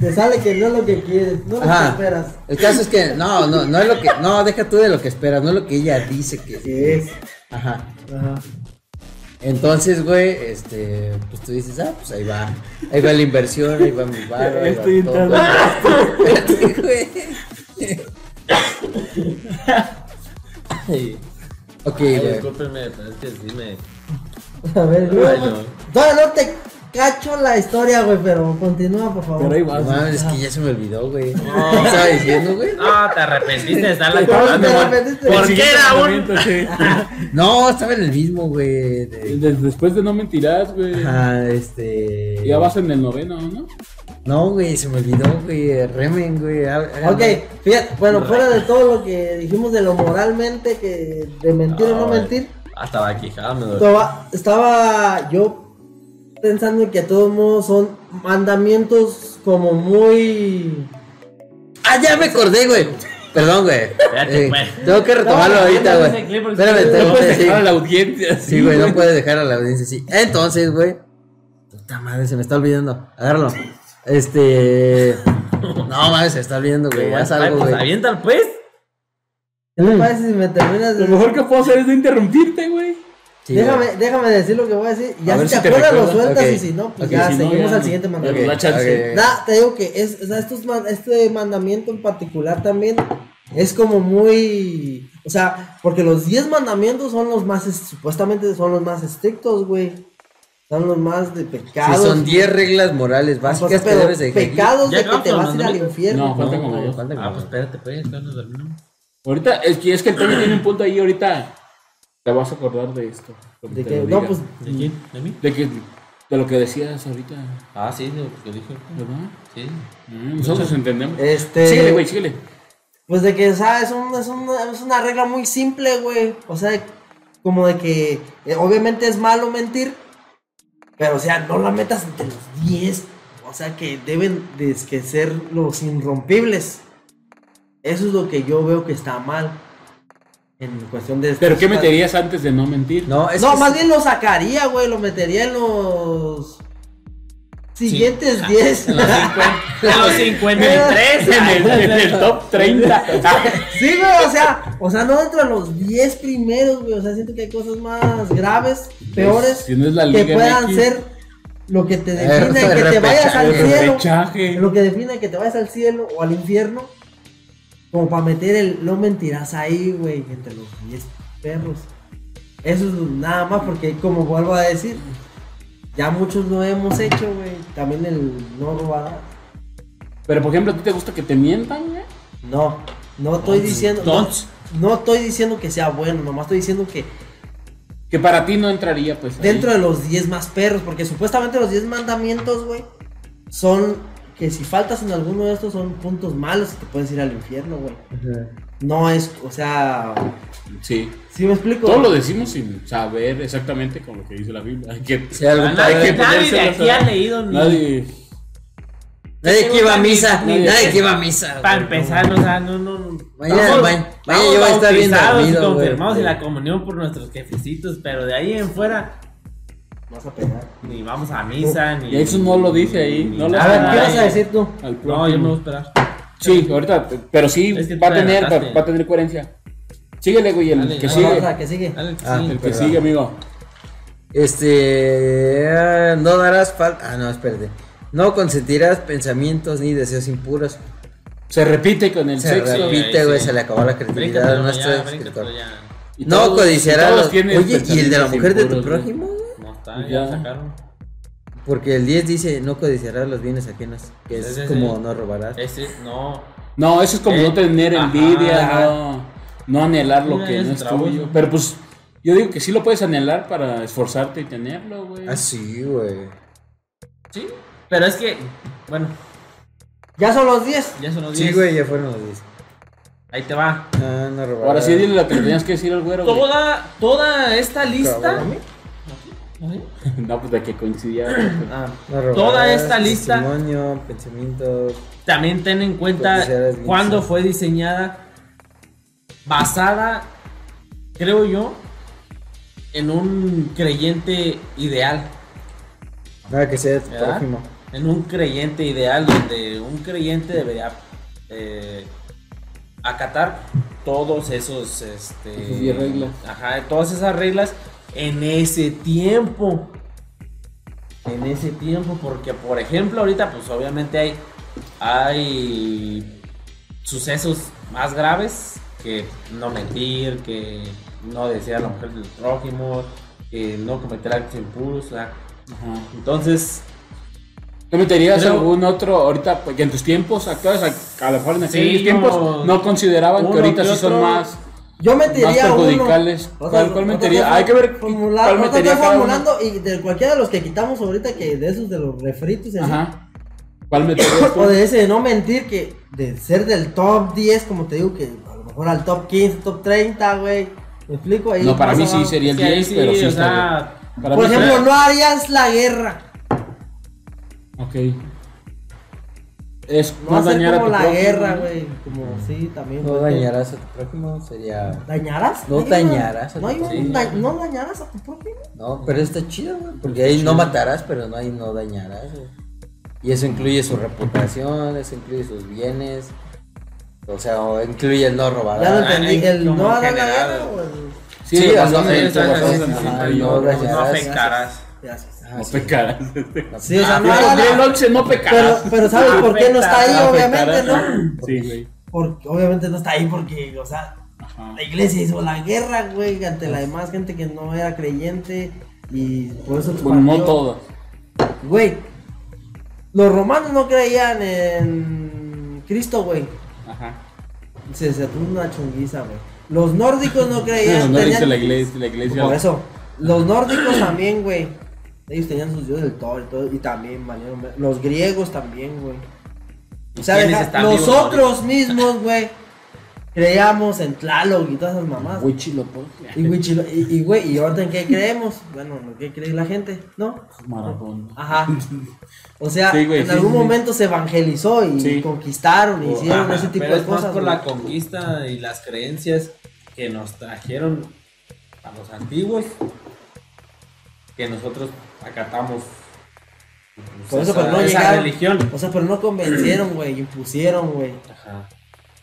S2: te sale que no es lo que quieres, no es lo que
S1: Ajá.
S2: esperas.
S1: El caso es que no, no, no es lo que, no, deja tú de lo que esperas, no es lo que ella dice que.
S2: ¿Qué es?
S1: Ajá.
S2: Ajá.
S1: Entonces, güey, este, pues tú dices, ah, pues ahí va, ahí va la inversión, ahí va mi bar, ahí va
S3: Estoy
S1: todo. Espérate, güey. Ok,
S5: Ay,
S1: güey.
S5: Discúlpenme, pero es que sí me.
S2: A ver, güey.
S5: Ay, no.
S2: Todavía no te cacho la historia, güey, pero continúa, por favor.
S3: Pero ahí
S1: No
S3: vas.
S1: mames, es que ya se me olvidó, güey. ¿Qué estaba diciendo, güey?
S5: No, te arrepentiste de estarla
S2: Te
S5: contando. güey.
S2: arrepentiste.
S5: ¿Por
S3: El
S5: qué era un.?
S3: siguiente tratamiento,
S1: No, estaba en el mismo, güey.
S3: sí.
S1: de-
S3: De- Después de no mentirás, güey.
S1: Ajá, este.
S3: Ya vas en el noveno, ¿no?
S1: No, güey, se me olvidó, güey. Remen, güey. há- háganlo.
S2: Ok, fíjate, bueno, fuera de todo lo que dijimos de lo moralmente, que de mentir o no
S5: Ay.
S2: mentir,
S5: Hasta la quijada me duele.
S2: estaba, estaba yo pensando que a todos modos son mandamientos como muy...
S1: Ah, ya me acordé, güey. Perdón, güey.
S5: Espérate,
S1: Eh,
S5: güey.
S1: tengo que retomarlo
S5: No,
S1: ahorita,
S5: mándame
S1: güey.
S5: ese clip, porque
S1: Espérame,
S5: no
S1: tengo que
S3: puedes
S1: decir.
S3: dejar a la audiencia.
S1: Sí, güey, no puedes dejar a la audiencia así. Entonces, güey. Puta madre, se me está olvidando. Agárralo. Este. No, mames, se está olvidando, güey. Haz
S5: Ay,
S1: algo,
S5: pues
S1: güey.
S5: aviéntalo, pues.
S2: ¿Qué te parece si me terminas de...
S3: Lo mejor que puedo hacer es no interrumpirte, güey.
S1: Sí, güey.
S2: déjame, déjame decir lo que voy a decir. Ya
S1: A
S2: si
S1: ver
S2: te
S1: si te
S2: acuerdas lo
S1: recuerdas.
S2: sueltas
S1: Ok.
S2: y si no, pues
S3: Ok,
S2: ya
S3: si no,
S2: seguimos
S3: ya
S2: al
S3: no.
S2: siguiente
S1: Ok,
S2: mandamiento.
S3: la chance.
S1: ok.
S2: Da, te digo que es, o sea, estos man- este mandamiento en particular también es como muy, o sea, porque los 10 mandamientos son los más, es- supuestamente son los más estrictos, güey. Son los más de
S1: Sí,
S2: pecados.
S1: son 10 reglas morales
S2: Pues,
S1: básicas que
S2: pero
S1: debes de seguir.
S2: Pecados
S5: Ya
S2: de que te vas a ir
S5: acabamos los
S2: al
S5: mandamientos.
S2: infierno.
S3: No, falta como dos.
S1: falta como
S5: Ah, pues
S1: dos.
S5: espérate, pues. ya nos dormimos.
S3: Ahorita, es que, es que el Toño tiene un punto ahí, ahorita te vas a acordar de esto. cuando
S2: De
S3: te
S2: que,
S3: lo
S2: no,
S3: diga.
S2: pues,
S5: ¿De quién? ¿De mí?
S3: De, que, de lo que decías ahorita,
S5: Ah, sí, de lo que dije.
S3: ¿verdad?
S5: Sí.
S3: Mm, Nosotros entendemos.
S2: este.
S3: síguele, güey, síguele.
S2: Pues de que, o sea, es, un- es una, es una regla muy simple, güey. O sea, como de que eh, obviamente es malo mentir, pero o sea, no la metas entre los 10. O sea, que deben de es que ser los irrompibles. Eso es lo que yo veo que está mal. En cuestión de...
S3: ¿Pero qué meterías antes de eh, no mentir?
S1: No, es
S2: No,
S1: que
S2: más
S1: sí-
S2: bien lo sacaría, güey. Lo metería en los...
S3: Ah,
S2: Siguientes 10.
S5: De los 53.
S3: En el, en el top 30.
S2: Sí, güey, o sea, o sea, no dentro de los 10 primeros, güey. O sea, siento que hay cosas más graves, peores,
S3: Pues, Si no es la
S2: que
S3: Liga
S2: puedan
S3: MX.
S2: ser lo que te
S1: Eh,
S2: define que te
S1: repechaje,
S2: vayas al
S3: El
S2: cielo.
S3: repechaje.
S2: Lo que define que te vayas al cielo o al infierno. Como para meter el no mentirás ahí, güey, entre los 10 perros. Eso es nada más porque, como vuelvo a decir, ya muchos lo hemos hecho, güey. También el no robarás.
S3: Pero, por ejemplo, ¿a ti te gusta que te mientan, güey?
S2: No, no estoy diciendo. no-
S5: entonces.
S2: no estoy diciendo que sea bueno, nomás estoy diciendo que
S3: Que para ti no entraría, pues. ahí.
S2: dentro de los 10 más perros, porque supuestamente los 10 mandamientos, güey, son que si faltas en alguno de estos son puntos malos y te puedes ir al infierno, güey. No es, o sea,
S3: Sí.
S2: si me explico?
S3: Todo lo decimos sin saber exactamente con lo que dice la Biblia. Hay que,
S1: Sí, algo
S3: hay
S1: padre.
S3: que
S5: Nadie de
S3: ponérselo
S5: aquí ha
S3: a-
S5: leído ni.
S3: Nadie.
S1: Nadie que iba a misa.
S3: Nadie.
S1: Nadie que iba a misa.
S5: Para
S1: güey.
S5: empezar, o sea, no, no. no.
S1: Mañana,
S5: Estamos-
S1: mañana,
S5: estamos
S1: mañana yo voy a estar bien
S5: bautizados y
S1: dormido, güey.
S5: confirmados en la comunión por nuestros jefecitos, pero de ahí en fuera
S2: Vas a pegar.
S5: ni vamos a misa,
S1: Oh,
S5: ni.
S3: Y eso no lo dice ahí,
S5: ni
S3: no lo
S2: A
S5: nada.
S2: ver, ¿qué vas a decir tú?
S3: Al pro-
S5: No, yo me voy a esperar.
S3: Sí, ahorita, pero sí,
S5: Es que tú
S3: va a
S5: te
S3: tener, va,
S5: adelantaste.
S3: va a tener coherencia. Síguele, güey, el
S5: Dale,
S3: que
S5: dale.
S2: No,
S3: sigue.
S2: otra, que sigue.
S5: Dale, sí.
S1: Ah,
S3: El que
S1: Perdón.
S3: sigue, amigo.
S1: Este. ah, No darás falta. Ah, no, espérate. No consentirás pensamientos ni deseos impuros.
S3: Se repite con el
S1: Se
S3: sexo.
S1: repite,
S5: ahí
S1: güey,
S5: sí.
S1: se le acabó la creatividad a
S5: Bríncatelo
S1: nuestro
S5: ya,
S1: escritor.
S5: bríncatelo ya.
S3: Y
S1: no
S3: todos-
S1: codiciará
S3: todos
S1: los-
S3: tienen
S1: Oye, ¿y el de la
S3: pensamientos
S1: mujer de tu
S3: impuros, güey.
S1: prójimo? güey?
S5: No está, ya,
S3: Ya.
S5: lo sacaron.
S1: Porque el 10 dice, no codiciarás los bienes ajenos, que es
S5: Sí, Eh. sí,
S1: como
S5: sí.
S1: no robarás.
S5: Ese, no.
S3: No, eso es como
S5: Eh,
S3: no tener
S5: ajá,
S3: envidia,
S5: ajá.
S3: No, no anhelar lo
S5: Mira,
S3: que
S5: ya
S3: no
S5: se
S3: es
S5: trabó.
S3: tuyo. Pero pues, yo digo que sí lo puedes anhelar para esforzarte y tenerlo, güey.
S1: Ah, sí, güey.
S5: Sí, pero es que, bueno,
S2: Ya son los 10.
S5: ya son los
S1: Sí,
S5: 10.
S1: güey, ya fueron los 10.
S5: Ahí te va.
S1: Ah, no robarás.
S3: Ahora sí, dile lo que le tenías que decir al güero, güey.
S5: Toda, toda esta lista.
S1: Cabrón.
S3: No, pues de que coincidía.
S5: Ah,
S1: No robarás,
S5: Toda esta lista-
S1: Testimonio, pensamiento.
S5: también ten en
S1: Pues,
S5: cuenta
S1: ya eres bien
S5: cuándo
S1: sabio.
S5: fue diseñada, basada, creo yo, en un creyente ideal.
S1: Nada que sea de tu
S5: ¿Verdad?
S1: prójimo.
S5: en un creyente ideal donde un creyente debería eh, acatar todos esos este
S3: Esas diez reglas.
S5: ajá, todas esas reglas en ese tiempo en ese tiempo porque por ejemplo ahorita pues obviamente hay hay sucesos más graves que no mentir que no desear a la mujer del prójimo que no cometer actos impuros o sea,
S3: Ajá.
S5: entonces
S3: ¿No meterías
S5: Creo-
S3: algún otro ahorita? Porque en tus tiempos actuales, a- a lo mejor en aquellos
S5: Sí,
S3: tiempos,
S5: no.
S3: no consideraban que
S5: Uno
S3: ahorita
S5: que
S3: sí son
S5: otro.
S3: más,
S2: Yo
S3: más
S2: metería uno.
S3: perjudicales. ¿Cuál, cuál metería? Hay que ver qué-
S2: Formular,
S3: cuál metería
S2: estoy
S3: cada uno.
S2: formulando y de cualquiera de los que quitamos ahorita, que de esos de los refritos y así.
S3: Ajá. ¿Cuál meterías tú?
S2: O de ese de no mentir, que de ser del top 10, como te digo, que a lo mejor al top 15, top 30, güey. ¿Me explico? Ahí
S3: No, para
S2: más
S3: mí sí
S2: abajo.
S3: sería el
S5: Sí, ahí
S3: 10,
S5: sí,
S3: pero sí
S5: o
S3: está
S5: sea,
S3: bien. Para
S2: Por
S3: mí
S2: ejemplo, no harías la guerra.
S3: Ok. Es
S2: No,
S3: no
S2: hacer
S3: dañar a
S2: como
S3: tu
S2: la
S3: prójimo.
S2: guerra, güey. Como sí, también.
S1: No
S2: güey.
S1: dañarás a tu prójimo, sería.
S2: ¿Dañarás?
S1: No
S2: Hay una-
S1: dañarás a
S2: No,
S1: tu
S2: hay un
S1: prójimo.
S2: da- no dañarás a tu prójimo.
S1: No, pero está chido, güey. Porque ahí no matarás, pero no ahí no dañarás, güey. Y eso incluye su reputación, eso incluye sus bienes. O sea, o incluye el no robar.
S2: Ya lo
S5: Ah,
S2: entendí.
S5: en-
S2: El no
S5: como
S2: dar la
S5: general.
S2: guerra o el.
S3: Sí,
S1: Sí,
S3: las
S1: o
S3: dos
S1: sea,
S3: en-
S1: sí,
S3: las dos
S1: sí,
S3: en-
S1: sí, sí,
S3: ajá, no
S1: sí,
S3: dañar.
S1: sí.
S5: no afectarás.
S2: Gracias.
S1: Ah,
S3: No
S1: sí.
S3: pecarás.
S2: Sí, o sea, no
S3: Ah,
S2: hagas la-
S3: bien, Lonche, no pecarás.
S2: Pero, pero ¿sabes por qué no está ahí?
S3: Ah,
S2: Obviamente,
S3: pecarás.
S2: ¿no?
S3: Sí, güey.
S2: Porque, obviamente no está ahí porque, o sea,
S3: Ajá.
S2: La iglesia hizo la guerra, güey, ante la demás gente que no era creyente y por eso
S3: Bueno, no
S2: expandió.
S3: todo.
S2: Güey, los romanos no creían en Cristo, güey.
S3: Ajá.
S2: Se se tuvo una chunguiza, güey. Los nórdicos no creían.
S3: No le hizo
S2: tenían-
S3: la iglesia, la iglesia.
S2: Por eso, los nórdicos también, güey. Ellos tenían sus dioses del todo y todo, y también valieron ver- Los griegos también, güey. O sea,
S5: ¿Quiénes
S2: deja-
S5: están vivos
S2: nosotros mismos, güey, creíamos en Tlaloc y todas esas mamás.
S3: Güey, chilo, pues.
S2: Y, güey, chilo- y, y, güey, ¿y ahorita en qué creemos? Bueno, en lo que cree la gente, ¿no?
S3: Maratón.
S2: Ajá. O sea,
S3: Sí, güey,
S2: en
S3: sí,
S2: algún
S3: sí.
S2: momento se evangelizó y
S3: Sí.
S2: conquistaron y
S5: Ajá,
S2: hicieron ese tipo
S5: pero
S2: de
S5: es más
S2: cosas.
S5: por
S2: güey.
S5: la conquista y las creencias que nos trajeron a los antiguos que nosotros acatamos. pues,
S2: Por eso,
S5: esa-
S2: pero no
S5: esa
S2: llegaron.
S5: religión.
S2: O sea, pero no convencieron, güey, impusieron, güey,
S5: Ajá.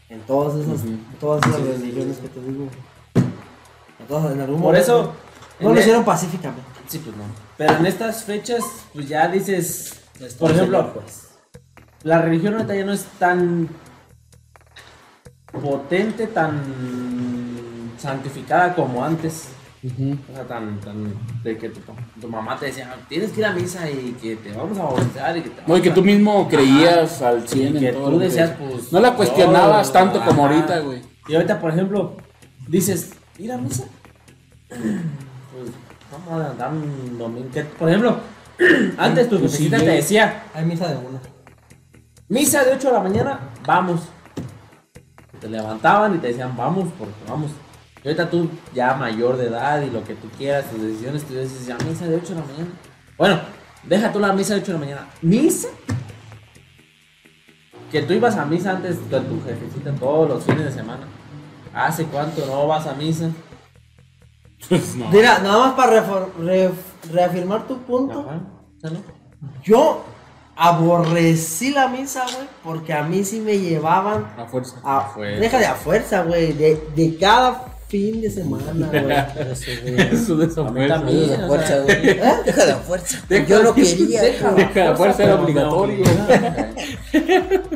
S2: en todas esas,
S3: Ujú.
S2: todas esas religiones que te digo. En todas- en algún
S5: Por
S2: momento,
S5: eso.
S2: No
S5: en
S2: lo
S5: e-
S2: hicieron pacíficamente.
S5: Sí, pues no. Pero en estas fechas, pues ya dices. Por ejemplo, la religión ahorita ya no es tan potente, tan santificada como antes. O sea, tan, tan de que tu, tu mamá te decía, tienes que ir a misa y que te vamos a bautizar y que te
S3: No, y
S5: vamos
S3: que
S5: a-".
S3: tú mismo creías al 100
S5: Y que
S3: en todo.
S5: tú
S3: lo que
S5: decías,
S3: decías.
S5: pues,
S3: No la cuestionabas
S5: no,
S3: tanto como
S5: ajá.
S3: ahorita, güey.
S5: Y ahorita, por ejemplo, dices, ir a misa. Pues vamos a andar un domingo. Que, Por ejemplo, antes tu
S3: Pues sí,
S5: jefecita te
S3: güey.
S5: decía,
S2: Hay misa de una.
S5: Misa de 8 de la mañana, vamos. Te levantaban y te decían, vamos, porque vamos. Y ahorita tú, ya mayor de edad y lo que tú quieras, tus decisiones, tú dices, ya misa de 8 de la mañana. Bueno, deja tú la misa de 8 de la mañana. ¿Misa? Que tú ibas a misa antes con tu jefecita todos los fines de semana. ¿Hace cuánto no vas a misa?
S3: Pues no.
S2: Mira, nada más para refor- ref- reafirmar tu punto.
S5: Ajá, ya no.
S2: Yo aborrecí la misa, güey, porque a mí sí me llevaban
S3: A fuerza.
S2: a,
S5: fuerza.
S2: déjale a fuerza, güey, de, de cada fin de semana, güey.
S1: Pero sí, güey.
S3: Eso de esa
S5: A mí
S3: fuerza.
S1: Deja la
S5: o
S1: fuerza,
S5: sea,
S1: güey.
S2: ¿Eh?
S1: Deja la fuerza.
S3: Deja-
S1: Yo lo quería.
S5: deja
S1: güey.
S3: Deja la fuerza, era
S5: pero me
S3: obligatorio.
S5: obligaban.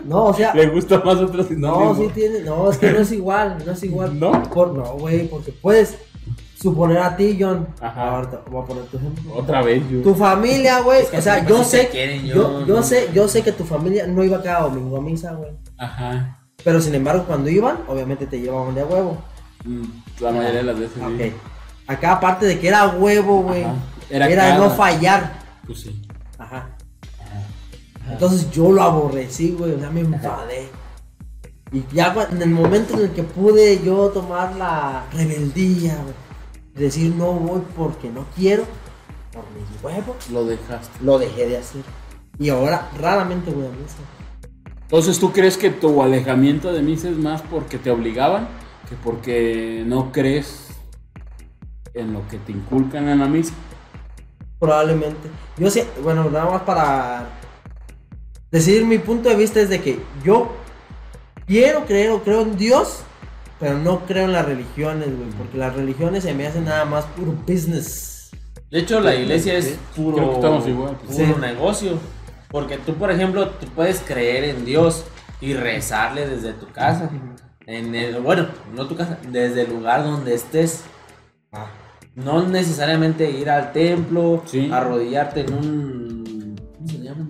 S2: No, o sea,
S3: Le gusta más
S2: no,
S3: otro sinónimo.
S2: sí tiene, no, es que no es igual, no es igual.
S3: ¿No?
S2: Por, no, güey, porque puedes suponer a ti, John.
S3: Ajá.
S2: Ahorita voy a poner tu ejemplo.
S3: Otra vez, yo.
S2: Tu familia, güey,
S5: que
S2: o sea,
S5: así
S2: yo
S5: te
S2: sé,
S5: quieren,
S2: yo,
S5: John.
S2: yo sé, yo sé que tu familia no iba cada domingo a misa, güey.
S3: Ajá.
S2: Pero sin embargo, cuando iban, obviamente te llevaban de a huevo.
S3: Mm, La mayoría de las veces. sí.
S2: Ok. Acá, aparte de que era huevo, güey,
S3: Ajá.
S2: era,
S3: Era cada-
S2: no fallar.
S3: Pues sí.
S2: Ajá. Entonces yo lo aborrecí, güey, o sea, me enfadé. Y ya cua- en el momento en el que pude yo tomar la rebeldía, güey, decir no voy porque no quiero, por mis huevos,
S3: Lo dejaste.
S2: lo dejé de hacer. Y ahora raramente voy a misa.
S3: Entonces, ¿tú crees que tu alejamiento de misa es más porque te obligaban que porque no crees en lo que te inculcan en la misa?
S2: Probablemente. Yo sé, bueno, nada más para decir mi punto de vista es de que yo quiero creer o creo en Dios, pero no creo en las religiones, güey, porque las religiones se me hacen nada más puro business.
S5: De hecho, la iglesia es puro,
S3: Creo que estamos igual, pues.
S5: puro
S2: Sí.
S5: negocio. Porque tú, por ejemplo, tú puedes creer en Dios y rezarle desde tu casa. En el, bueno, no tu casa, desde el lugar donde estés.
S3: Ah.
S5: No necesariamente ir al templo,
S3: Sí.
S5: arrodillarte en un. ¿Cómo se llama?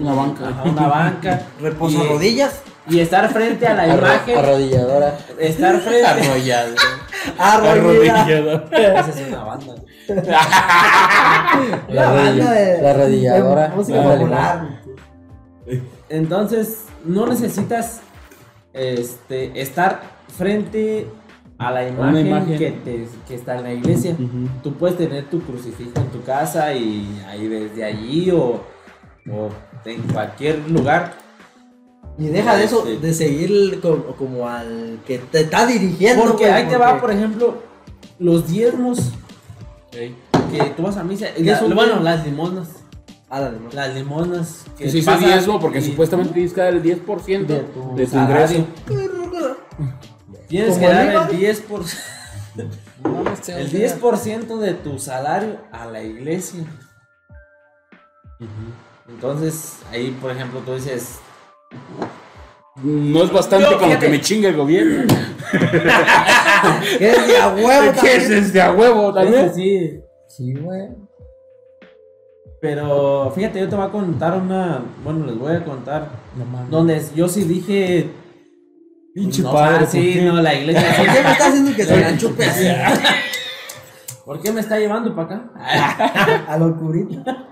S3: Una banca.
S5: Ajá, una banca.
S2: Reposa
S5: Y-
S2: rodillas,
S5: Y estar frente a la imagen.
S1: Arrodilladora.
S5: Estar frente. Arrodillado.
S2: arrodillas.
S5: Esa es una banda.
S1: La, arrodi- la arrodilladora.
S2: música
S1: Ándale,
S2: popular.
S5: Entonces, no necesitas este, estar frente a la
S3: Una
S5: imagen,
S3: imagen.
S5: Que, te- que está en la iglesia.
S3: Ujú.
S5: Tú puedes tener tu crucifijo en tu casa y ahí desde allí o, o en cualquier lugar.
S2: Y deja de eso,
S5: Sí.
S2: de seguir como, como al que te está dirigiendo.
S5: Porque
S2: güey,
S5: ahí te va,
S2: porque-
S5: por ejemplo, los diezmos
S3: Ok.
S5: que tú vas a misa.
S2: ¿Qué
S5: la-
S2: son?
S5: bueno, las limonas.
S2: Ándale, no.
S5: Las limonas.
S3: Que se dice
S5: pasan
S3: diezmo porque
S5: y-
S3: supuestamente tienes que dar el 10% de tu, ingreso.
S5: salario. Tienes que
S2: Como el
S5: dar
S2: Líbano.
S5: el 10%. El 10% de tu salario a la iglesia. Entonces, ahí, por ejemplo, tú dices,
S3: No es bastante
S5: Yo,
S3: con lo que
S5: fíjate.
S3: me chinga el gobierno.
S2: Que es de a huevo
S3: ¿Qué es
S2: también.
S3: este a huevo
S5: "Eso
S3: también?
S5: sí,
S1: Sí, güey.
S5: pero fíjate, yo te voy a contar una, bueno, les voy a contar, donde yo sí dije,
S3: Pinche
S5: no,
S3: padre,
S5: ah, sí,
S3: ¿por qué?
S5: no, la iglesia,
S2: ¿Por
S5: sí.
S2: qué me estás haciendo que se la chupe así?
S5: ¿por qué me está llevando para acá?
S2: A locurita.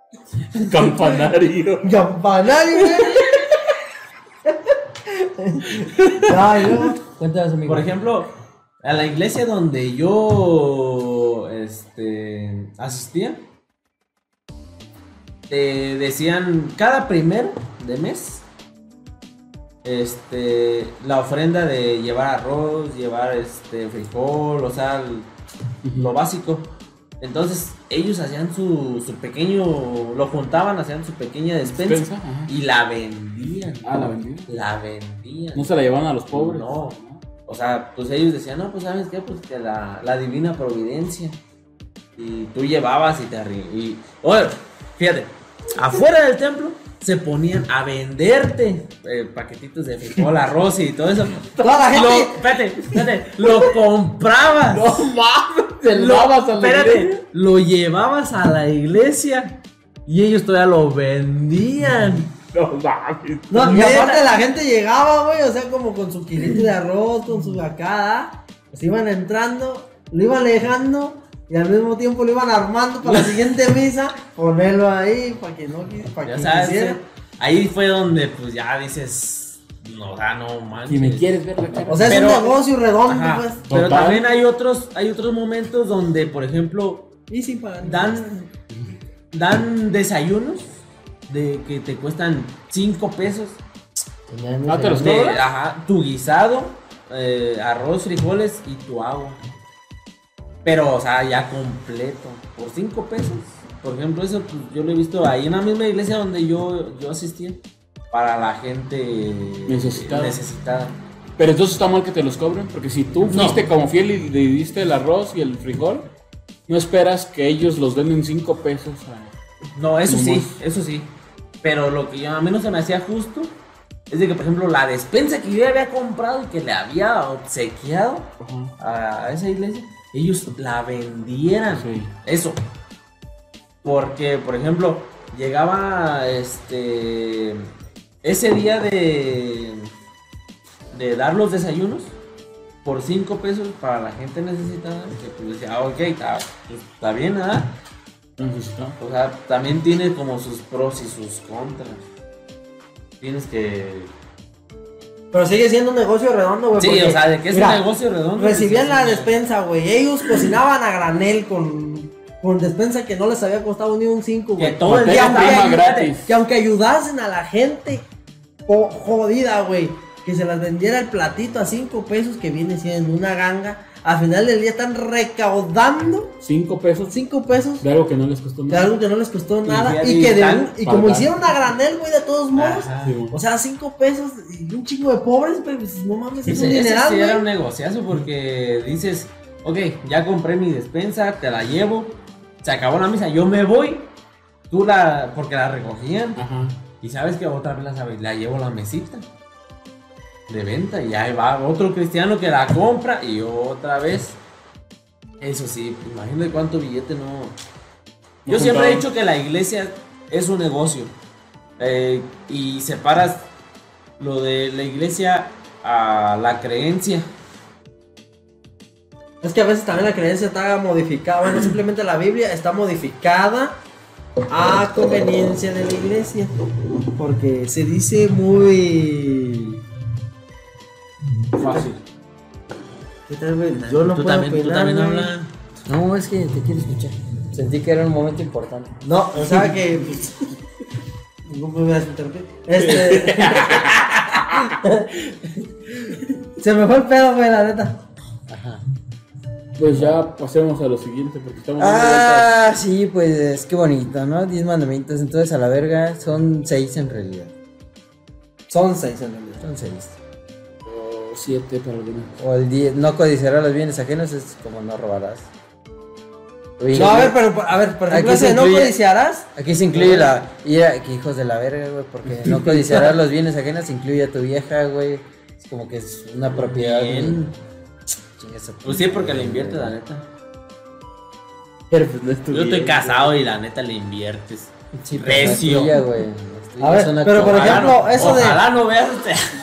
S3: Campanario.
S2: Campanario, güey. Ay, no. Cuéntanos, amigo.
S5: Por ejemplo, a la iglesia donde yo este, asistía, te decían cada primero de mes este, la ofrenda de llevar arroz, llevar este, frijol, o sea, l- lo básico. Entonces ellos hacían su, su pequeño, lo juntaban, hacían su pequeña despensa
S3: Despensa, ajá.
S5: y la vendían.
S3: Ah, la vendida.
S5: La vendían.
S3: No se la llevan a los pobres.
S5: No. O sea, pues ellos decían, no, pues sabes qué, pues que la, la divina providencia. Y tú llevabas y te arri- y Oye, fíjate, afuera del templo se ponían a venderte eh, paquetitos de frijol, arroz y todo eso.
S2: Toda la
S5: Lo,
S2: gente.
S5: espérate, espérate, lo comprabas.
S3: mames, te
S5: lo,
S3: lavas a la
S5: espérate,
S3: iglesia.
S5: lo llevabas a la iglesia y ellos todavía lo vendían.
S3: No mames.
S2: No, y
S5: Neta.
S2: aparte la gente llegaba, güey, o sea, como con su kilito de arroz, con su vacada. Se iban entrando, lo iban dejando y al mismo tiempo lo iban armando para la siguiente misa. Ponerlo ahí para que no quis- para
S5: Ya
S2: que
S5: sabes,
S2: quisiera.
S5: eh, ahí fue donde pues ya dices, no, da no manches.
S3: Si me quieres ver la cara.
S2: O sea, es
S5: Pero-
S2: un negocio redondo,
S5: Ajá,
S2: pues.
S5: Pero
S3: Total.
S5: también hay otros, hay otros momentos donde, por ejemplo,
S2: Y sin pagar.
S5: dan, dan desayunos de que te cuestan 5 pesos.
S1: Tenían
S3: Ah, te los
S1: ese-
S5: De,
S3: cobran?
S5: ajá, tu guisado, eh, arroz, frijoles y tu agua. Pero, o sea, ya completo. Por 5 pesos. Por ejemplo, eso pues, yo lo he visto ahí en la misma iglesia donde yo, yo asistía. Para la gente
S3: Necesitada.
S5: necesitada.
S3: Pero entonces está mal que te los cobren, porque si tú fuiste como fiel y le diste el arroz y el frijol, no esperas que ellos los den en 5 pesos. a-
S5: No, eso
S3: Como
S5: sí,
S3: es.
S5: eso sí. Pero lo que yo- a mí no se me hacía justo es de que, por ejemplo, la despensa que yo ya había comprado y que le había obsequiado a esa iglesia, ellos la vendieran.
S3: Sí.
S5: Eso. Porque, por ejemplo, llegaba este. Ese día de. de dar los desayunos por 5 pesos para la gente necesitada. Que pues decía, ah, ok, está, pues, está bien, ¿ah?
S3: Necesitaba.
S5: O sea, también tiene como sus pros y sus contras. Tienes que.
S2: Pero sigue siendo un negocio redondo, güey.
S5: Sí,
S2: Pues porque,
S5: o sea, de que es
S2: mira,
S5: un negocio redondo. pues,
S2: Recibían
S5: sí,
S2: la
S5: sí.
S2: despensa, güey. Ellos cocinaban a granel con, con despensa que no les había costado ni un 5,
S5: Que
S2: güey.
S5: todo el
S2: Y
S5: día
S2: aunque,
S5: estaba
S2: ayu-
S3: gratis.
S2: que aunque ayudasen a la gente jo- jodida, güey, que se las vendiera el platito a 5 pesos que viene siendo una ganga, al final del día están recaudando
S3: Cinco pesos
S2: 5 pesos
S3: de algo que no les costó
S2: de
S3: nada.
S2: algo que no les costó nada
S5: ya
S2: y que de
S5: tan
S2: un- y como
S3: faltando.
S2: hicieron a granel, güey, de todos modos,
S5: Ajá.
S3: Sí, güey.
S2: o sea, 5 pesos y un chingo de pobres, pero pues, no mames, es
S5: Ese,
S2: un
S5: ese
S2: dineral,
S5: sí
S2: güey.
S5: era un negociazo porque dices, ok, ya compré mi despensa, te la llevo, se acabó la misa, yo me voy, tú la, porque la recogían,
S3: Ajá.
S5: y sabes que otra vez la, sab- la llevo a la mesita de venta, y ahí va otro cristiano que la compra, y otra vez, eso sí, imagínate cuánto billete no... Yo
S3: No
S5: siempre he
S3: juntaban.
S5: dicho que la iglesia es un negocio, eh, y separas lo de la iglesia a la creencia.
S2: Es que a veces también la creencia está modificada. Bueno, simplemente la Biblia está modificada a conveniencia de la iglesia. Porque se dice muy.
S3: Fácil.
S2: ¿Qué tal, güey? Yo no
S5: tú
S2: puedo
S5: también, tú
S2: opinar,
S5: también
S2: güey.
S5: habla.
S1: No, es que te quiero escuchar. Sentí que era un momento importante.
S2: No, o sea que. pues, No me voy a interrumpir. Este. se me fue el pedo, güey, la neta.
S3: Pues ya pasemos a lo siguiente porque estamos dando vueltas.
S1: Ah, sí, pues qué bonito, ¿no? Diez mandamientos, entonces a la verga son seis en realidad.
S2: Son seis en realidad.
S1: Son seis.
S3: O siete para algunos.
S1: O el 10, no codiciarás los bienes ajenos es como no robarás. Oye,
S2: No, a ver, pero a ver, por
S1: Aquí
S2: ejemplo,
S1: se
S2: ese no
S1: incluye-
S2: codiciarás.
S1: Aquí se incluye la. Mira, que hijos de la verga, güey, porque no codiciarás los bienes ajenos incluye a tu vieja, güey. Es como que es una propiedad.
S5: Bien.
S1: güey. Chinga su
S5: Pues sí, porque le invierte, la neta.
S2: pues,
S5: Yo estoy casado y la neta le inviertes.
S1: Sí, pero no es
S5: Recio.
S1: tuya, güey. Es tuya,
S2: A ver,
S1: es una
S2: pero por
S1: cobrada.
S2: ejemplo, eso de.
S5: Ojalá no veas este.